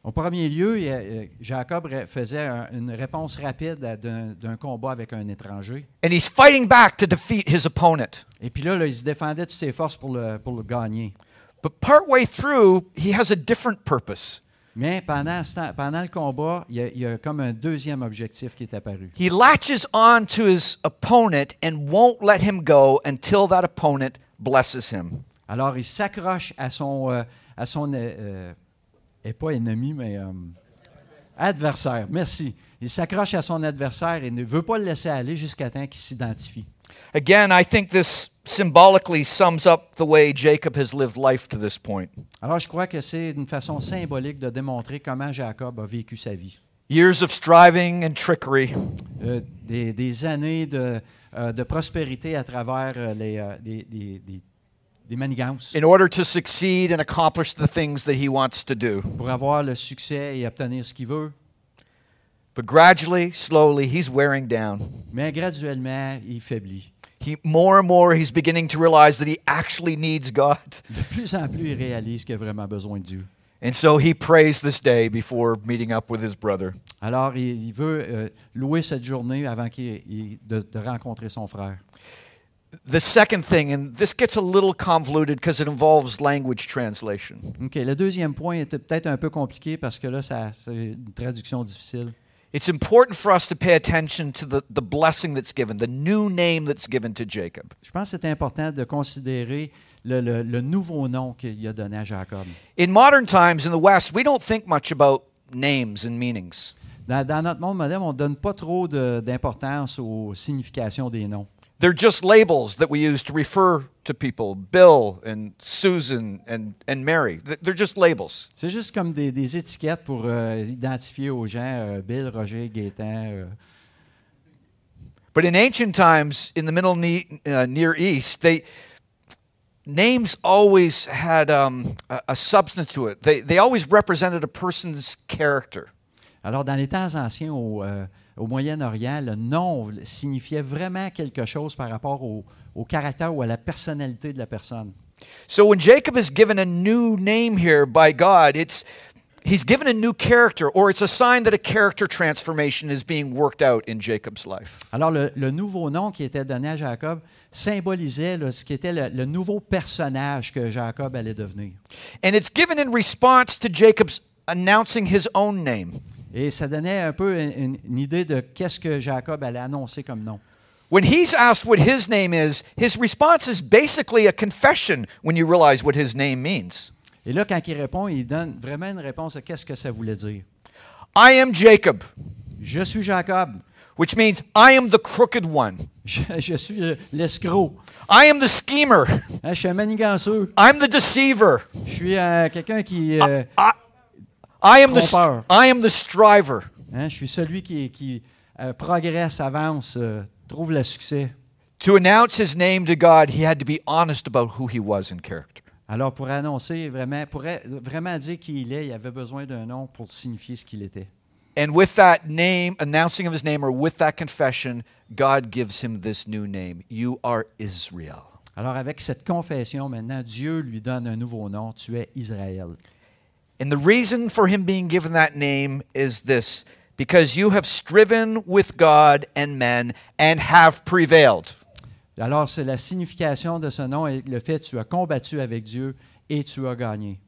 Speaker 1: En premier lieu, il y a- euh, Jacob ré- faisait un- une réponse rapide à d'un d'un combat avec un étranger.
Speaker 2: And he's fighting back to defeat his opponent.
Speaker 1: Et puis là, là, il se défendait de ses forces pour le, pour le gagner.
Speaker 2: But partway through, he has a different purpose.
Speaker 1: Mais pendant, ce temps- pendant le combat, il y, a, il y a comme un deuxième objectif qui est apparu.
Speaker 2: He latches on to his opponent and won't let him go until that opponent blesses him.
Speaker 1: Alors, il s'accroche à son, euh, à son euh, euh, et pas ennemi, mais euh, adversaire. Merci. Il s'accroche à son adversaire et ne veut pas le laisser aller jusqu'à temps qu'il s'identifie.
Speaker 2: Again, I think this symbolically sums up the way Jacob has lived life to this point.
Speaker 1: Alors, je crois que c'est une façon symbolique de démontrer comment Jacob a vécu sa vie.
Speaker 2: Years of striving and trickery,
Speaker 1: Euh, des, des années de, euh, de prospérité à travers euh, les, euh, des, des- des- des manigances
Speaker 2: in order to succeed and accomplish the things that he wants to do.
Speaker 1: pour avoir le succès et obtenir ce qu'il veut.
Speaker 2: But gradually, slowly, he's wearing down.
Speaker 1: Mais graduellement, il faiblit.
Speaker 2: He more and more he's beginning to realize that he actually needs God.
Speaker 1: De plus en plus, il réalise qu'il a vraiment besoin de Dieu.
Speaker 2: And so he prays this day before meeting up with his brother.
Speaker 1: Alors, il, il veut euh, louer cette journée avant qu'il, il- de, de rencontrer son frère.
Speaker 2: The second thing, and this gets a little convoluted because it involves language translation.
Speaker 1: OK, le deuxième point était peut-être un peu compliqué parce que là, ça, c'est une traduction difficile.
Speaker 2: It's important for us to pay attention to the, the blessing that's given, the new name that's given to Jacob.
Speaker 1: Je pense que c'est important de considérer le, le- le nouveau nom qu'il a donné à Jacob.
Speaker 2: In modern times in the West, we don't think much about names and meanings.
Speaker 1: Dans, dans notre monde moderne, on ne donne pas trop de- d'importance aux significations des noms.
Speaker 2: They're just labels that we use to refer to people Bill and Susan and, and Mary. Th- They're just labels.
Speaker 1: C'est juste comme des, des étiquettes pour euh, identifier aux gens euh, Bill, Roger, Gaétan. euh.
Speaker 2: But in ancient times, in the Middle ne- uh, Near East, they names always had um, a, a substance to it. They, they always represented a person's character.
Speaker 1: Alors, dans les temps anciens au, euh, au Moyen-Orient, le nom signifiait vraiment quelque chose par rapport au, au caractère ou à la personnalité de la personne.
Speaker 2: So when Jacob is given a new name here by God, it's he's given a new character, or it's a sign that a character transformation is being worked out in Jacob's life.
Speaker 1: Alors, le, le nouveau nom qui était donné à Jacob symbolisait là, ce qui était le, le nouveau personnage que Jacob allait devenir.
Speaker 2: And it's given in response to Jacob's announcing his own name.
Speaker 1: Et ça donnait un peu une, une idée de qu'est-ce que Jacob allait annoncer comme nom.
Speaker 2: When he's asked what his name is, his response is basically a confession when you realize what his name means.
Speaker 1: Et là, quand il répond, il donne vraiment une réponse à qu'est-ce que ça voulait dire.
Speaker 2: I am Jacob,
Speaker 1: Je suis Jacob.
Speaker 2: which means I am the crooked one.
Speaker 1: Je, je suis euh, l'escroc.
Speaker 2: I am the schemer.
Speaker 1: Hein, je suis un maniganceux.
Speaker 2: I'm the deceiver.
Speaker 1: Je suis euh, quelqu'un qui. euh,
Speaker 2: I am the
Speaker 1: Trompeur.
Speaker 2: I am the striver.
Speaker 1: hein, je suis celui qui, qui, euh, progresse, avance, euh, trouve le succès.
Speaker 2: To announce his name to God, he had to be honest about who he was in character.
Speaker 1: Alors, pour annoncer vraiment, pour être- vraiment dire qui il est, il avait besoin d'un nom pour signifier ce qu'il était.
Speaker 2: And with that name, announcing of his name, or with that confession, God gives him this new name. You are Israel.
Speaker 1: Alors, avec cette confession, maintenant, Dieu lui donne un nouveau nom. Tu es Israël.
Speaker 2: And the reason for him being given that name is this because you have striven with God and men and have prevailed.
Speaker 1: Alors, c'est la signification de ce nom et le fait que tu as combattu avec Dieu et tu as gagné.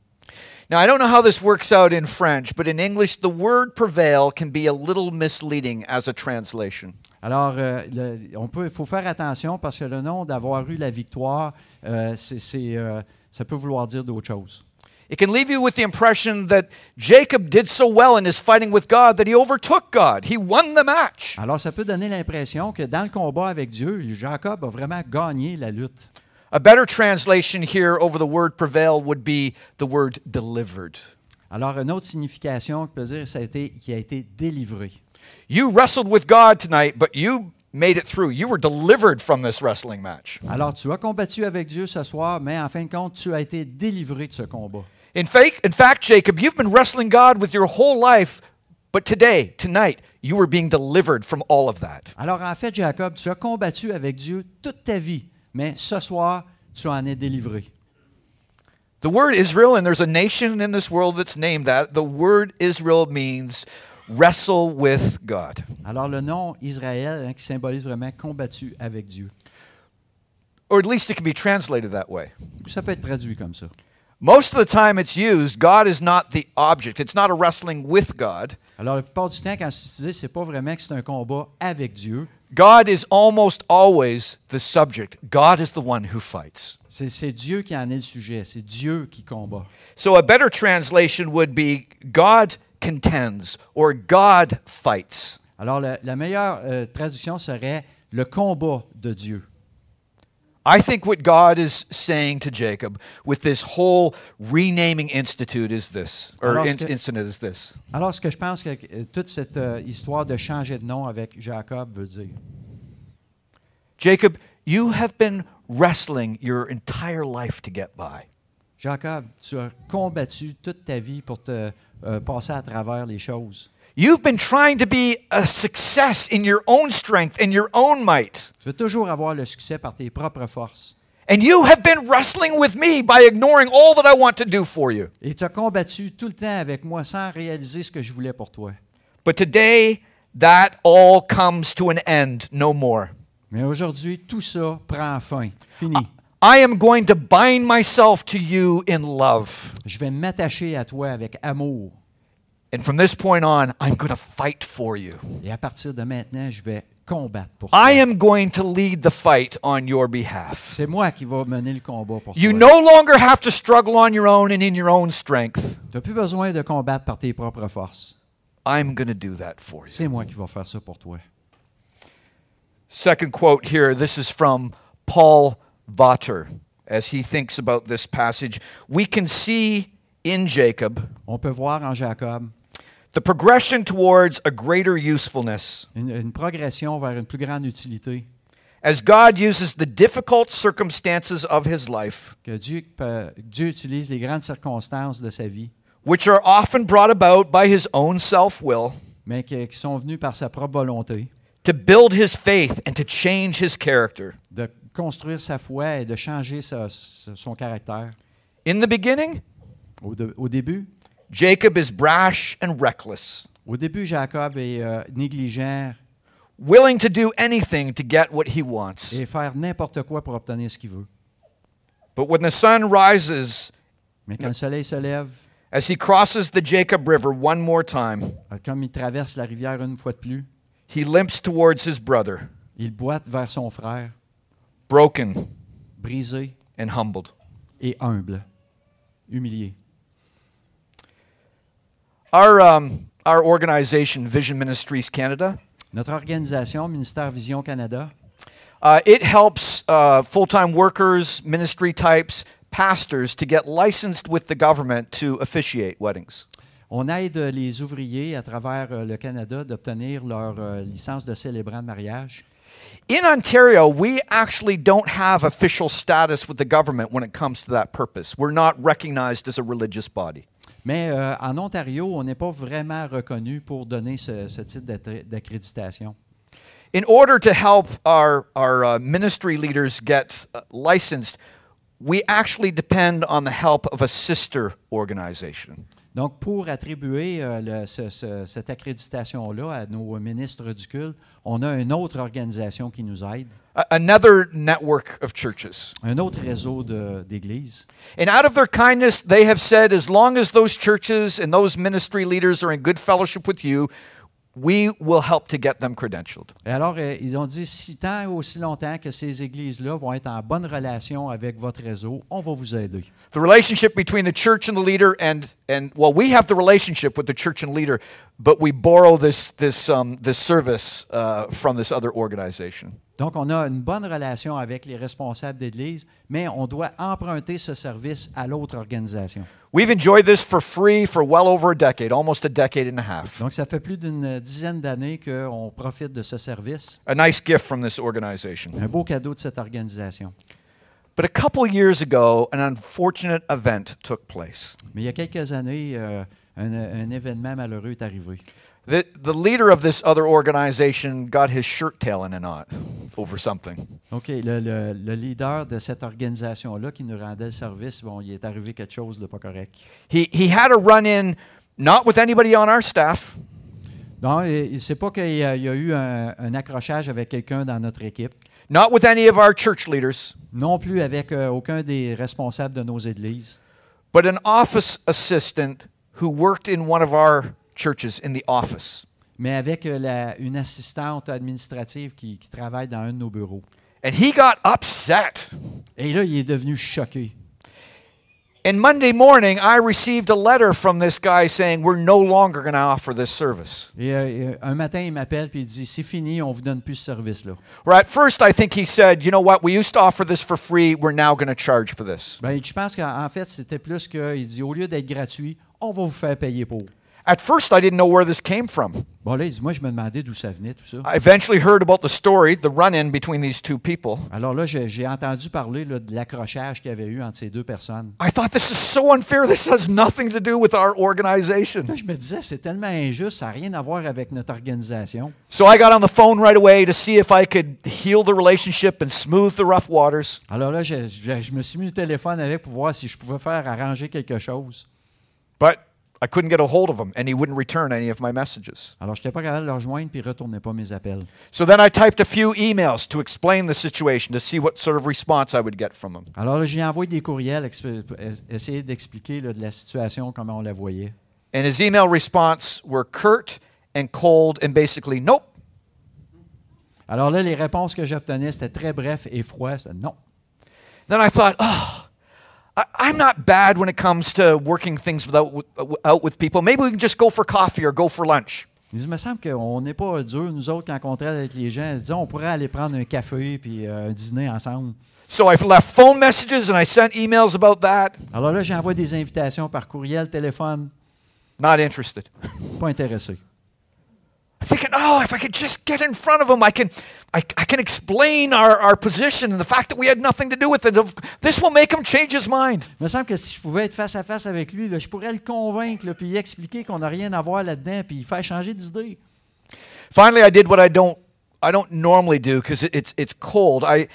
Speaker 2: Now, I don't know how this works out in French, but in English, the word prevail can be a little misleading as a translation.
Speaker 1: Alors, euh, le- on peut, il faut faire attention parce que le nom d'avoir eu la victoire, euh, c'est- c'est, euh, ça peut vouloir dire d'autres choses.
Speaker 2: It can leave you with the impression that Jacob did so well in his fighting with God that he overtook God, he won the match.
Speaker 1: Alors, ça peut donner l'impression que dans le combat avec Dieu, Jacob a vraiment gagné la lutte.
Speaker 2: A better translation here over the word prevail would be the word delivered.
Speaker 1: Alors, une autre signification qui peut dire, ça a été qui a été délivré.
Speaker 2: You wrestled with God tonight, but you made it through. You were delivered from this wrestling match.
Speaker 1: Alors, tu as combattu avec Dieu ce soir, mais en fin de compte, tu as été délivré de ce combat.
Speaker 2: In, fake, in fact, Jacob, you've been wrestling God with your whole life, but today, tonight, you were being delivered from all of that.
Speaker 1: Alors, en fait, Jacob, tu as combattu avec Dieu toute ta vie, mais ce soir, tu en es délivré.
Speaker 2: The word Israel, and there's a nation in this world that's named that, the word Israel means wrestle with God.
Speaker 1: Alors le nom Israël hein, qui symbolise vraiment combattu avec Dieu.
Speaker 2: Or at least it can be translated that way.
Speaker 1: Ça peut être traduit comme ça.
Speaker 2: Most of the time it's used, God is not the object. It's not a wrestling with God.
Speaker 1: Alors la plupart du temps, quand c'est utilisé, c'est pas vraiment que c'est un combat avec Dieu.
Speaker 2: God is almost always the subject. God is the one who fights.
Speaker 1: C'est c'est Dieu qui en est le sujet. C'est Dieu qui combat.
Speaker 2: So a better translation would be God contends or God fights.
Speaker 1: Alors le- la meilleure euh, traduction serait le combat de Dieu.
Speaker 2: I think what God is saying to Jacob with this whole renaming institute is this, or
Speaker 1: Alors,
Speaker 2: in-
Speaker 1: ce que-
Speaker 2: incident is this.
Speaker 1: Alors ce que je pense que euh, toute cette euh, histoire de changer de nom avec Jacob veut dire.
Speaker 2: Jacob, you have been wrestling your entire life to get by.
Speaker 1: Jacob, tu as combattu toute ta vie pour te euh, passer à travers les choses.
Speaker 2: You've been trying to be a success in your own strength and your own might.
Speaker 1: Tu veux toujours avoir le succès par tes propres forces.
Speaker 2: And you have been wrestling with me by ignoring all that I want to do for you.
Speaker 1: Et tu as combattu tout le temps avec moi sans réaliser ce que je voulais pour toi.
Speaker 2: But today, that all comes to an end no more.
Speaker 1: Mais aujourd'hui, tout ça prend fin. Fini.
Speaker 2: I am going to bind myself to you in love.
Speaker 1: Je vais m'attacher à toi avec amour.
Speaker 2: And from this point on, I'm going to fight for you.
Speaker 1: Et à partir de maintenant, je vais combattre pour toi.
Speaker 2: I am going to lead the fight on your behalf.
Speaker 1: C'est moi qui vais mener le combat pour
Speaker 2: You
Speaker 1: toi.
Speaker 2: no longer have to struggle on your own and in your own strength.
Speaker 1: Tu n'as plus besoin de combattre par tes propres forces.
Speaker 2: I'm going to do that for you.
Speaker 1: C'est moi qui vais faire ça pour toi.
Speaker 2: Second quote here this is from Paul Vater as he thinks about this passage. We can see in Jacob
Speaker 1: On peut voir en Jacob
Speaker 2: the progression towards a greater usefulness
Speaker 1: une, une progression vers une plus grande utilité.
Speaker 2: as God uses the difficult circumstances of his life,
Speaker 1: Que Dieu, peut- Dieu utilise les grandes circonstances de sa vie,
Speaker 2: which are often brought about by his own self will,
Speaker 1: mais que- qui sont venues par sa propre volonté,
Speaker 2: to build his faith and to change his character.
Speaker 1: de construire sa foi et de changer sa- sa- son caractère.
Speaker 2: In the beginning,
Speaker 1: Au, de- au début,
Speaker 2: Jacob is brash and reckless,
Speaker 1: au début, Jacob est euh, négligent
Speaker 2: willing to do anything to get what he wants.
Speaker 1: et faire n'importe quoi pour obtenir ce qu'il veut.
Speaker 2: But when the sun rises,
Speaker 1: Mais quand le soleil se lève,
Speaker 2: As he crosses the Jacob River one more time,
Speaker 1: euh, comme il traverse la rivière une fois de plus,
Speaker 2: he limps towards his brother,
Speaker 1: il boite vers son frère,
Speaker 2: broken
Speaker 1: brisé
Speaker 2: and humbled.
Speaker 1: et humble, humilié.
Speaker 2: Our, um, our organization, Vision Ministries Canada,
Speaker 1: Notre organisation, Ministère Vision Canada,
Speaker 2: uh, it helps uh, full time workers, ministry types, pastors to get licensed with the government to officiate weddings.
Speaker 1: on aide euh, les ouvriers à travers euh, le Canada d'obtenir leur euh, licence de célébrant de mariage.
Speaker 2: In Ontario, we actually don't have official status with the government when it comes to that purpose. We're not recognized as a religious body.
Speaker 1: Mais euh, en Ontario, on n'est pas vraiment reconnu pour donner ce, ce titre d'attré- d'accréditation.
Speaker 2: In order to help our, our uh, ministry leaders get uh, licensed, we actually depend on the help of a sister organization.
Speaker 1: Donc, pour attribuer euh, le- ce- ce- cette accréditation-là à nos ministres du culte, on a une autre organisation qui nous aide,
Speaker 2: a- another network of churches.
Speaker 1: un autre réseau de- d'églises.
Speaker 2: And out of their kindness, they have said, as long as those churches and those ministry leaders are in good fellowship with you, we will help to get them credentialed.
Speaker 1: Et alors, euh, ils ont dit, si tant et aussi longtemps que ces églises-là vont être en bonne relation avec votre réseau, on va vous aider.
Speaker 2: The relationship between the church and the leader, and and well, we have the relationship with the church and leader, but we borrow this this um, this service uh, from this other organization.
Speaker 1: Donc, on a une bonne relation avec les responsables d'église, mais on doit emprunter ce service à l'autre organisation.
Speaker 2: We've enjoyed this for free for well over a decade, almost a decade and a half.
Speaker 1: Donc, ça fait plus d'une dizaine d'années qu'on profite de ce service.
Speaker 2: A nice gift from this organization.
Speaker 1: Un beau cadeau de cette organisation.
Speaker 2: But a couple years ago, an unfortunate event took place.
Speaker 1: Mais il y a quelques années, euh, un, un événement malheureux est arrivé.
Speaker 2: The, the leader of this other organization got his shirt tail in a knot over something.
Speaker 1: OK, le, le- le leader de cette organisation-là qui nous rendait le service, bon, il est arrivé quelque chose de pas correct.
Speaker 2: He, he had a run in, not with anybody on our staff,
Speaker 1: Non, et- et c'est pas qu'il y a il y a eu un, un accrochage avec quelqu'un dans notre équipe,
Speaker 2: not with any of our church leaders,
Speaker 1: non plus avec euh, aucun des responsables de nos églises,
Speaker 2: but an office assistant who worked in one of our churches in the office.
Speaker 1: mais avec euh, la- une assistante administrative qui, qui travaille dans un de nos bureaux.
Speaker 2: And he got upset.
Speaker 1: Et là, il est devenu choqué.
Speaker 2: And Monday morning, I received a letter from this guy saying, We're no longer going to offer this service.
Speaker 1: Et euh, et, euh, un matin, il m'appelle puis il dit C'est fini, on vous donne plus ce service-là.
Speaker 2: Where at first, I think he said, You know what? We used to offer this for free. We're now going to charge for this.
Speaker 1: Ben, je pense qu'en en fait, c'était plus qu'il dit Au lieu d'être gratuit, on va vous faire payer pour.
Speaker 2: At first, I didn't know where this came from.
Speaker 1: Bon, là, il dit, moi, je me demandais d'où ça venait, tout ça.
Speaker 2: I eventually heard about the story, the run in between these two people.
Speaker 1: Alors là, j'ai j'ai entendu parler là, de l'accrochage qu'il y avait eu entre ces deux personnes.
Speaker 2: I thought, this is so unfair. This has nothing to do with our organization.
Speaker 1: Là, je me disais, c'est tellement injuste, ça n'a rien à voir avec notre organisation.
Speaker 2: So I got on the phone right away to see if I could heal the relationship and smooth the rough waters.
Speaker 1: Alors là, je, je- je me suis mis au téléphone avec pour voir si je pouvais faire arranger quelque chose.
Speaker 2: But I couldn't get a hold of him, and he wouldn't return any of my messages.
Speaker 1: Alors, je n'étais pas capable de le rejoindre, puis il ne retournait pas mes appels.
Speaker 2: So then I typed a few emails to explain the situation to see what sort of response I would get from him.
Speaker 1: Alors là, j'ai envoyé des courriels, expli- es- essayer d'expliquer là, de la situation, comment on la voyait.
Speaker 2: And his email response were curt and cold and basically, nope.
Speaker 1: Alors là, les réponses que j'obtenais, c'était très bref et froid. C'était non.
Speaker 2: Then I thought, oh, I, I'm not bad when it comes to working things without, w- out with people. Maybe we can just go for coffee or go for lunch.
Speaker 1: Il dit, il me semble qu'on n'est pas durs, nous autres, quand on traite avec les gens. Ils disent, on pourrait aller prendre un café puis euh, un dîner ensemble.
Speaker 2: So I left phone messages and I sent emails about that.
Speaker 1: Alors là, j'envoie des invitations par courriel, téléphone.
Speaker 2: Not interested.
Speaker 1: Pas intéressé.
Speaker 2: thinking, oh, if I could just get in front of him, I can, I, I can explain our, our position and the fact that we had nothing to do with it. This will make him change his mind.
Speaker 1: Il me semble que si je pouvais être face à face avec lui, là, je pourrais le convaincre, là, puis lui expliquer qu'on n'a rien à voir là-dedans, puis il faire changer d'idée.
Speaker 2: Finally, I did what I don't, I don't normally do because it, it's, it's cold. I,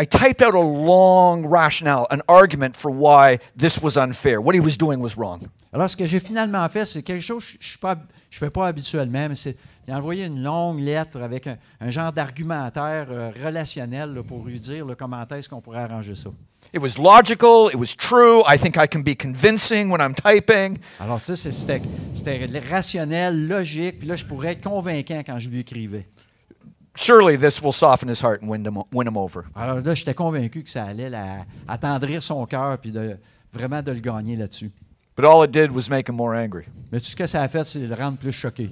Speaker 2: I typed out a long rationale, an argument for why this was unfair, what he was doing was wrong.
Speaker 1: Alors, ce que j'ai finalement fait, c'est quelque chose que je ne fais pas habituellement, mais c'est d'envoyer une longue lettre avec un, un genre d'argumentaire euh, relationnel là, pour lui dire là, comment est-ce qu'on pourrait arranger ça.
Speaker 2: It was logical. It was true. I think I can be convincing when I'm typing.
Speaker 1: Alors, tu sais, c'est- c'était- c'était rationnel, logique, puis là, je pourrais être convaincant quand je lui écrivais.
Speaker 2: Surely this will soften his heart and win him, win him over.
Speaker 1: Alors là, j'étais convaincu que ça allait la- attendrir son cœur, puis de, vraiment de le gagner là-dessus.
Speaker 2: But all it did was make him more angry.
Speaker 1: Mais tout ce que ça a fait, c'est le rendre plus choqué.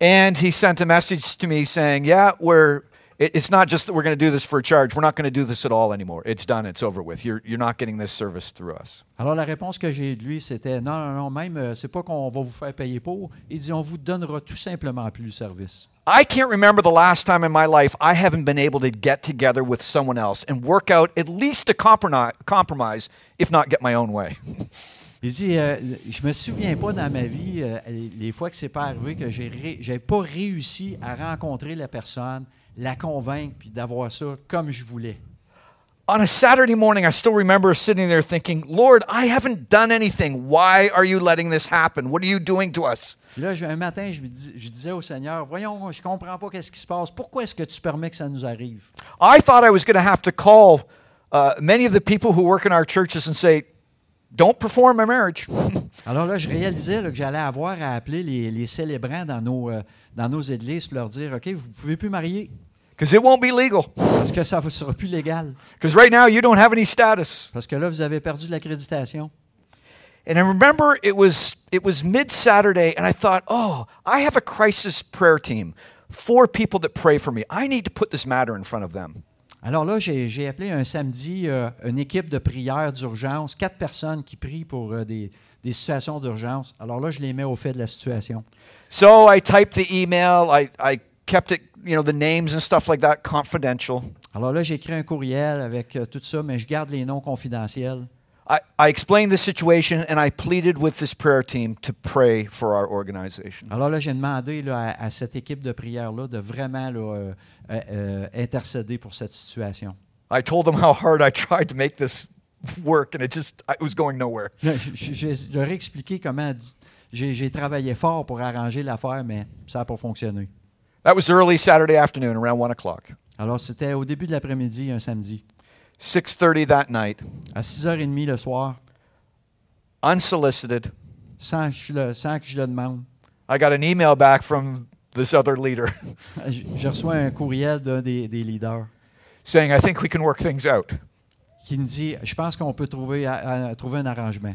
Speaker 2: And he sent a message to me saying, Yeah, we're, it, it's not just that we're going to do this for a charge. We're not going to do this at all anymore. It's done. It's over with. You're, you're not getting this service through us.
Speaker 1: Alors la réponse que j'ai de lui, c'était non, non, non, même, euh, c'est pas qu'on va vous faire payer pour. Il dit, on vous donnera tout simplement plus le service.
Speaker 2: I can't remember the last time in my life I haven't been able to get together with someone else and work out at least a compromise, compromise if not get my own way.
Speaker 1: Il dit, euh, je me souviens pas dans ma vie euh, les fois que c'est pas arrivé que j'ai ré- j'ai pas réussi à rencontrer la personne, la convaincre, puis d'avoir ça comme je voulais.
Speaker 2: On a Saturday morning, I still remember sitting there thinking, Lord, I haven't done anything. Why are you letting this happen? What are you doing to us?
Speaker 1: Puis là, je- un matin, je, lui dis- je disais au Seigneur, voyons, je comprends pas qu'est-ce qui se passe. Pourquoi est-ce que tu permets que ça nous arrive?
Speaker 2: I thought I was going to have to call uh, many of the people who work in our churches and say, don't perform my marriage.
Speaker 1: Alors là, je réalisais là, que j'allais avoir à appeler les, les célébrants dans nos, euh, dans nos églises pour leur dire OK, vous pouvez plus marier
Speaker 2: Because it won't be legal.
Speaker 1: parce que ça ne sera plus légal.
Speaker 2: Because right now you don't have any status.
Speaker 1: Parce que là, vous avez perdu l'accréditation.
Speaker 2: And I remember it was, it was mid Saturday, and I thought, oh, I have a crisis prayer team, four people that pray for me. I need to put this matter in front of them.
Speaker 1: Alors là, j'ai j'ai appelé un samedi euh, une équipe de prière d'urgence, quatre personnes qui prient pour euh, des, des situations d'urgence. Alors là, je les mets au fait de la situation.
Speaker 2: So I typed the email, I, I kept it, you know, the names and stuff like that confidential.
Speaker 1: Alors là, j'ai écrit un courriel avec euh, tout ça, mais je garde les noms confidentiels.
Speaker 2: I, I explained the situation and I pleaded with this prayer team to pray for our organization.
Speaker 1: Alors là, j'ai demandé là, à, à cette équipe de prière-là de vraiment là, euh, euh, euh, intercéder pour cette situation.
Speaker 2: I told them how hard I tried to make this work, and it just I- it was going nowhere.
Speaker 1: Je, je- je leur ai expliqué comment j'ai j'ai travaillé fort pour arranger l'affaire, mais ça n'a pas fonctionné.
Speaker 2: That was early Saturday afternoon, around one o'clock,
Speaker 1: Alors, c'était au début de l'après-midi, un samedi.
Speaker 2: six thirty that night,
Speaker 1: À 6h30 le soir,
Speaker 2: unsolicited.
Speaker 1: sans, que je le- sans que je le demande,
Speaker 2: I got an email back from this other leader
Speaker 1: je, je reçois un courriel d'un des, des leaders
Speaker 2: saying, "I think we can work things out."
Speaker 1: qui me dit Je pense qu'on peut trouver, à- à- trouver un arrangement.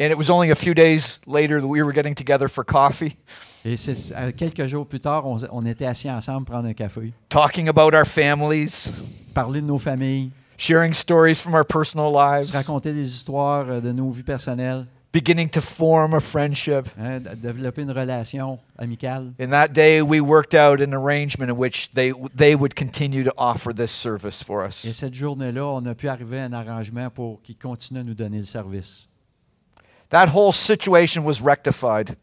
Speaker 2: And it was only a few days later that we were getting together for coffee,
Speaker 1: Et c'est- à quelques jours plus tard, on, on était assis ensemble, prendre un café,
Speaker 2: talking about our families,
Speaker 1: parler de nos familles.
Speaker 2: sharing stories from our personal lives,
Speaker 1: se raconter des histoires euh, de nos vies personnelles.
Speaker 2: beginning to form a friendship.
Speaker 1: hein, d- développer une relation amicale.
Speaker 2: In that day, we worked out an arrangement in which they, they would continue to offer this service for us.
Speaker 1: Et cette journée-là, on a pu arriver à un arrangement pour qu'ils continuent à nous donner le service.
Speaker 2: That whole situation was rectified.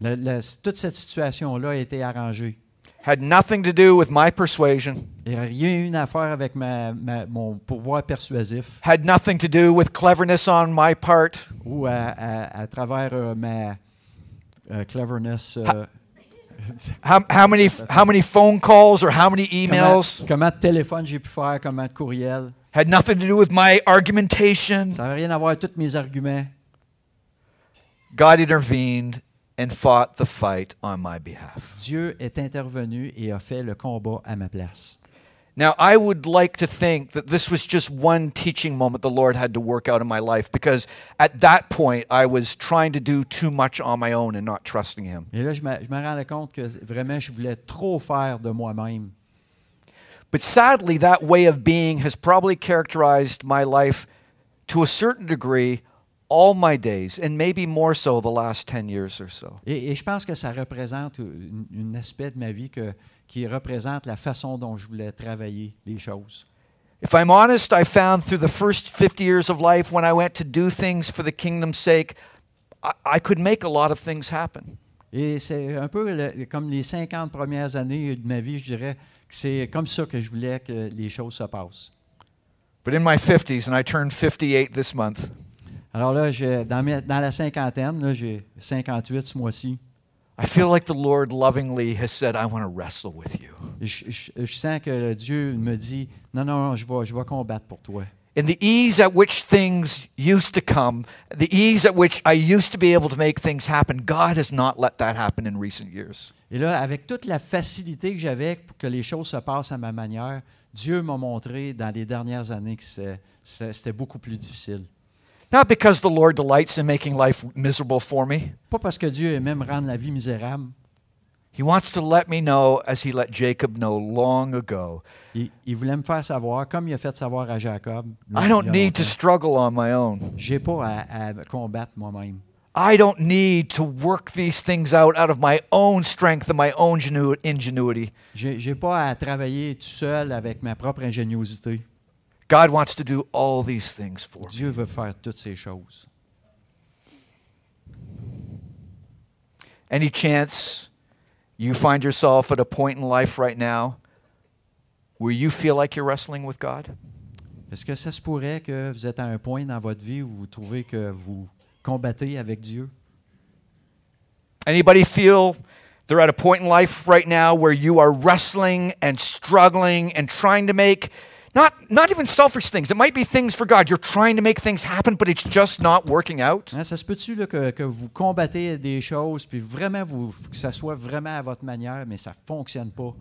Speaker 1: Le- le- toute cette situation-là a été arrangée.
Speaker 2: Had nothing to do with my persuasion,
Speaker 1: Il n'y a rien eu à faire avec ma- ma- mon pouvoir persuasif
Speaker 2: had nothing to do with cleverness on my part,
Speaker 1: ou à, à- à travers euh, ma euh, cleverness. euh,
Speaker 2: how, how, many, how many phone calls or how many
Speaker 1: comment,
Speaker 2: emails,
Speaker 1: comment de téléphone j'ai pu faire, comment de courriel.
Speaker 2: had nothing to do with my argumentation.
Speaker 1: Ça n'avait rien à voir avec tous mes arguments.
Speaker 2: God intervened and fought the fight on my behalf.
Speaker 1: Dieu est intervenu et a fait le combat à ma place.
Speaker 2: Now, I would like to think that this was just one teaching moment the Lord had to work out in my life because at that point I was trying to do too much on my own and not trusting Him.
Speaker 1: Et là, je me, je me rendais compte que vraiment, je voulais trop faire de moi-même.
Speaker 2: But sadly, that way of being has probably characterized my life to a certain degree all my days, and maybe more so the last 10 years or so.
Speaker 1: Et, et je pense que ça représente un aspect de ma vie que- qui représente la façon dont je voulais travailler les choses.
Speaker 2: If I'm honest, I found through the first 50 years of life when I went to do things for the kingdom's sake, I, I could make a lot of things happen.
Speaker 1: Et c'est un peu le- comme les 50 premières années de ma vie, je dirais que c'est comme ça que je voulais que les choses se passent.
Speaker 2: But in my 50s, and I turned 58 this month,
Speaker 1: Alors là, j'ai- dans, mes- dans la cinquantaine, là, j'ai 58 ce mois-ci,
Speaker 2: I feel like the Lord lovingly has said, I want to wrestle with you.
Speaker 1: je, je- je sens que Dieu me dit, non, non, non, je vais, je vais combattre pour toi.
Speaker 2: And the ease at which things used to come, the ease at which I used to be able to make things happen, God has not let that happen in recent years.
Speaker 1: Et là, avec toute la facilité que j'avais pour que les choses se passent à ma manière, Dieu m'a montré dans les dernières années que c'est- c'est- c'était beaucoup plus difficile.
Speaker 2: Not because the Lord delights in making life miserable for me.
Speaker 1: Pas parce que Dieu aimait me rendre la vie misérable.
Speaker 2: He wants to let me know, as He let Jacob know long ago,
Speaker 1: Il, il voulait me faire savoir, comme il a fait savoir à Jacob.
Speaker 2: I don't need to struggle on my own.
Speaker 1: J'ai pas à, à me combattre moi-même.
Speaker 2: I don't need to work these things out out of my own strength and my own genu- ingenuity.
Speaker 1: J'ai j'ai pas à travailler tout seul avec ma propre ingéniosité.
Speaker 2: God wants to do all these things for me.
Speaker 1: Dieu veut faire toutes ces choses.
Speaker 2: Any chance you find yourself at a point in life right now where you feel like you're wrestling with God?
Speaker 1: Est-ce que ça se pourrait que vous êtes à un point dans votre vie où vous trouvez que vous combattez avec Dieu?
Speaker 2: Anybody feel they're at a point in life right now where you are wrestling and struggling and trying to make not not even selfish things. It might be things for God. You're trying to make things happen, but it's just not working out.
Speaker 1: Hein, ça se peut-tu là, que, que vous combattez des choses, puis vraiment, vous, que ça soit vraiment à votre manière, mais ça ne fonctionne pas?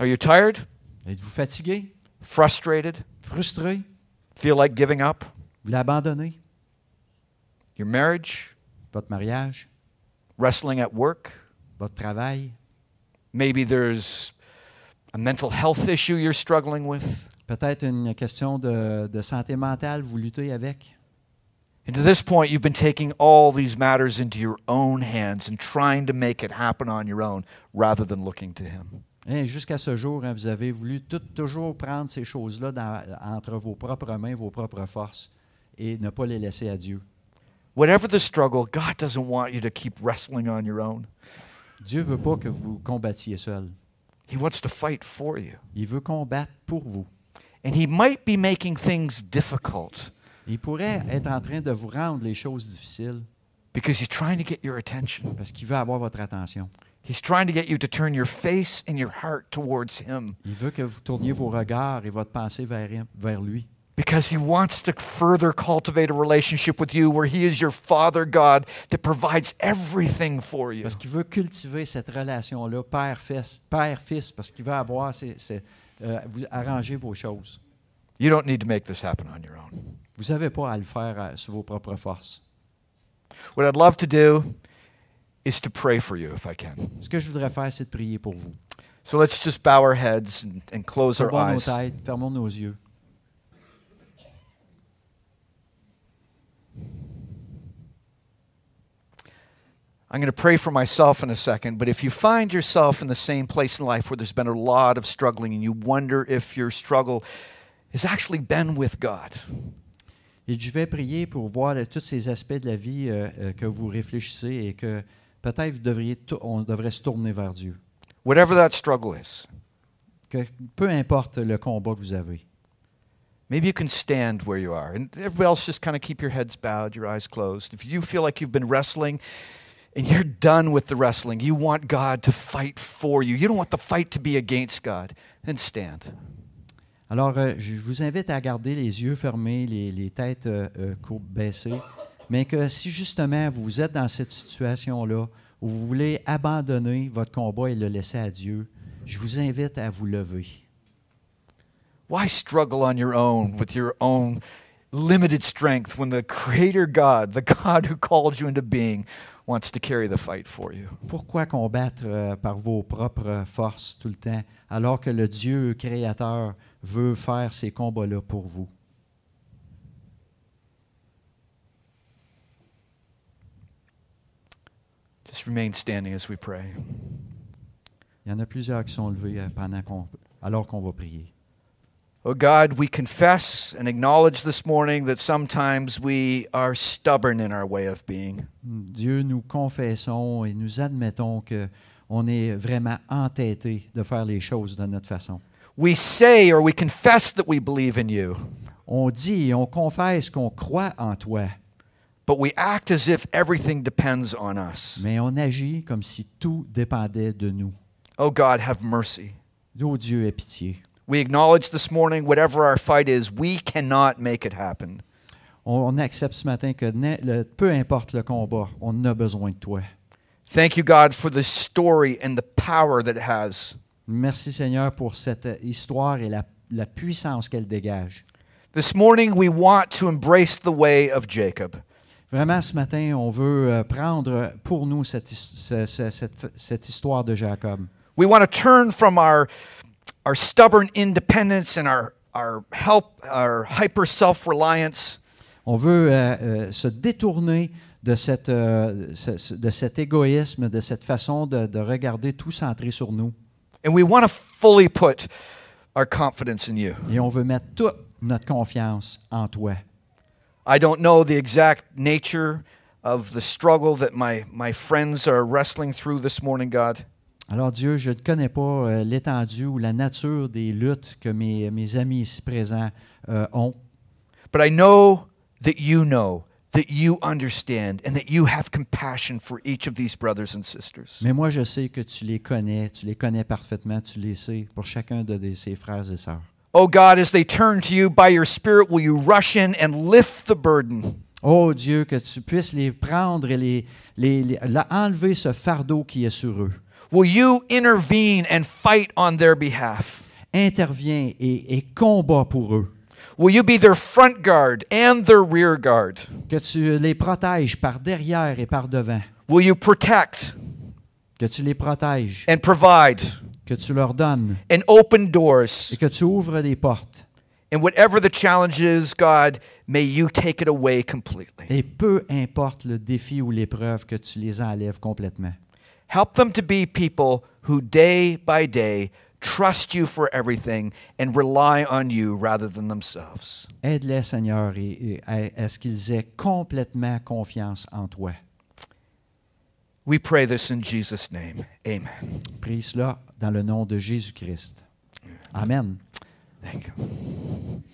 Speaker 2: Are you tired?
Speaker 1: Êtes-vous fatigué,
Speaker 2: Frustrated?
Speaker 1: frustré,
Speaker 2: Feel like giving up?
Speaker 1: vous l'abandonnez,
Speaker 2: Your marriage?
Speaker 1: votre mariage,
Speaker 2: Wrestling at work?
Speaker 1: votre travail,
Speaker 2: Maybe there's a mental health issue you're struggling with.
Speaker 1: peut-être une question de, de santé mentale, vous luttez avec?
Speaker 2: And to this point, you've been taking all these matters into your own hands and trying to make it happen on your own rather than looking to Him.
Speaker 1: Hein, Jusqu'à ce jour, hein, vous avez voulu tout- toujours prendre ces choses-là dans- entre vos propres mains, vos propres forces, et ne pas les laisser à Dieu.
Speaker 2: Whatever the struggle, God doesn't want you to keep wrestling on your own.
Speaker 1: Dieu ne veut pas que vous combattiez seul.
Speaker 2: He wants to fight for you.
Speaker 1: Il veut combattre pour vous.
Speaker 2: And He might be making things difficult
Speaker 1: Il pourrait être en train de vous rendre les choses difficiles
Speaker 2: because He's trying to get your attention.
Speaker 1: parce qu'il veut avoir votre attention.
Speaker 2: He's trying to get you to turn your face and your heart towards Him
Speaker 1: Il veut que vous tourniez vos regards et votre pensée vers, him- vers lui
Speaker 2: because He wants to further cultivate a relationship with you where He is your Father God that provides everything for you.
Speaker 1: parce qu'il veut cultiver cette relation-là, père-fils, père-fils, parce qu'il veut avoir, ces- ces- euh, vous arranger vos choses.
Speaker 2: You don't need to make this happen on your own.
Speaker 1: Vous n'avez pas à le faire euh, sur vos propres forces.
Speaker 2: What I'd love to do is to pray for you if I can.
Speaker 1: Ce que je voudrais faire, c'est de prier pour vous.
Speaker 2: So let's just bow our heads and, and close our
Speaker 1: Fermons nos
Speaker 2: eyes.
Speaker 1: têtes, fermons nos yeux.
Speaker 2: I'm going to pray for myself in a second, but if you find yourself in the same place in life where there's been a lot of struggling and you wonder if your struggle has actually been with God,
Speaker 1: Et je vais prier pour voir euh, tous ces aspects de la vie euh, euh, que vous réfléchissez et que peut-être vous devriez tou- on devrait se tourner vers Dieu.
Speaker 2: whatever that struggle is,
Speaker 1: Que, peu importe le combat que vous avez.
Speaker 2: maybe you can stand where you are. And everybody else, just kind of keep your heads bowed, your eyes closed. If you feel like you've been wrestling and you're done with the wrestling, you want God to fight for you, you don't want the fight to be against God, then stand.
Speaker 1: Alors, euh, je je vous invite à garder les yeux fermés, les, les têtes euh, euh, courbes baissées, mais que si justement vous êtes dans cette situation-là où vous voulez abandonner votre combat et le laisser à Dieu, je vous invite à vous lever.
Speaker 2: Why struggle on your own with your own limited strength when the Creator God, the God who called you into being, wants to carry the fight for you?
Speaker 1: Pourquoi combattre euh, par vos propres forces tout le temps alors que le Dieu créateur veut faire ces combats-là pour vous?
Speaker 2: Just remain standing as we pray.
Speaker 1: Il y en a plusieurs qui sont levés euh, pendant qu'on- alors qu'on va prier.
Speaker 2: Oh God, we confess and acknowledge this morning that sometimes we are stubborn in our way of being.
Speaker 1: Dieu, nous confessons et nous admettons que on est vraiment entêté de faire les choses de notre façon.
Speaker 2: We say or we confess that we believe in you,
Speaker 1: On dit et on confesse qu'on croit en toi,
Speaker 2: but we act as if everything depends on us.
Speaker 1: mais on agit comme si tout dépendait de nous.
Speaker 2: Oh God, have mercy.
Speaker 1: Ô Dieu, aie pitié.
Speaker 2: We acknowledge this morning, whatever our fight is, we cannot make it happen.
Speaker 1: On, on accepte ce matin que na- le- peu importe le combat, on a besoin de toi.
Speaker 2: Thank you, God, for the story and the power that it has.
Speaker 1: Merci Seigneur pour cette euh, histoire et la, la puissance qu'elle dégage.
Speaker 2: This morning, we want to embrace the way of Jacob.
Speaker 1: Vraiment, ce matin, on veut euh, prendre pour nous cette, his- ce- ce- cette- cette histoire de Jacob.
Speaker 2: We want to turn from our, our stubborn independence and our, our, help, our hyper self reliance
Speaker 1: On veut euh, euh, se détourner de, cette, euh, ce- ce- de cet égoïsme, de cette façon de, de regarder tout centré sur nous.
Speaker 2: and we want to fully put our confidence in you.
Speaker 1: Et on veut mettre toute notre confiance en toi.
Speaker 2: I don't know the exact nature of the struggle that my, my friends are wrestling through this morning, God.
Speaker 1: Alors Dieu, je ne connais pas euh, l'étendue ou la nature des luttes que mes, mes amis ici présents euh, ont,
Speaker 2: But I know that you know, that you understand, and that you have compassion for each of these brothers and sisters.
Speaker 1: mais moi je sais que tu les connais, tu les connais parfaitement, tu les sais pour chacun de de ces frères et sœurs.
Speaker 2: Oh God, as they turn to you by your Spirit, will you rush in and lift the burden?
Speaker 1: Oh Dieu, que tu puisses les prendre et les, les- les- la- enlever ce fardeau qui est sur eux.
Speaker 2: Will you intervene and fight on their behalf?
Speaker 1: Interviens et, et combat pour eux.
Speaker 2: Will you be their front guard and their rear guard?
Speaker 1: Que tu les protèges par derrière et par devant.
Speaker 2: Will you protect
Speaker 1: Que tu les protèges,
Speaker 2: and provide
Speaker 1: que tu leur donnes
Speaker 2: and open
Speaker 1: et
Speaker 2: doors?
Speaker 1: que tu ouvres les portes.
Speaker 2: And whatever the challenge is, God, may you take it away completely.
Speaker 1: Et peu importe le défi ou l'épreuve, que tu les enlèves complètement.
Speaker 2: Help them to be people who day by day trust you for everything and rely on you rather than themselves.
Speaker 1: Aide-les, Seigneur, et, et à, à ce qu'ils aient complètement confiance en toi.
Speaker 2: We pray this in Jesus' name. Amen.
Speaker 1: Prie cela dans le nom de Jésus-Christ. Amen.
Speaker 2: Thank you.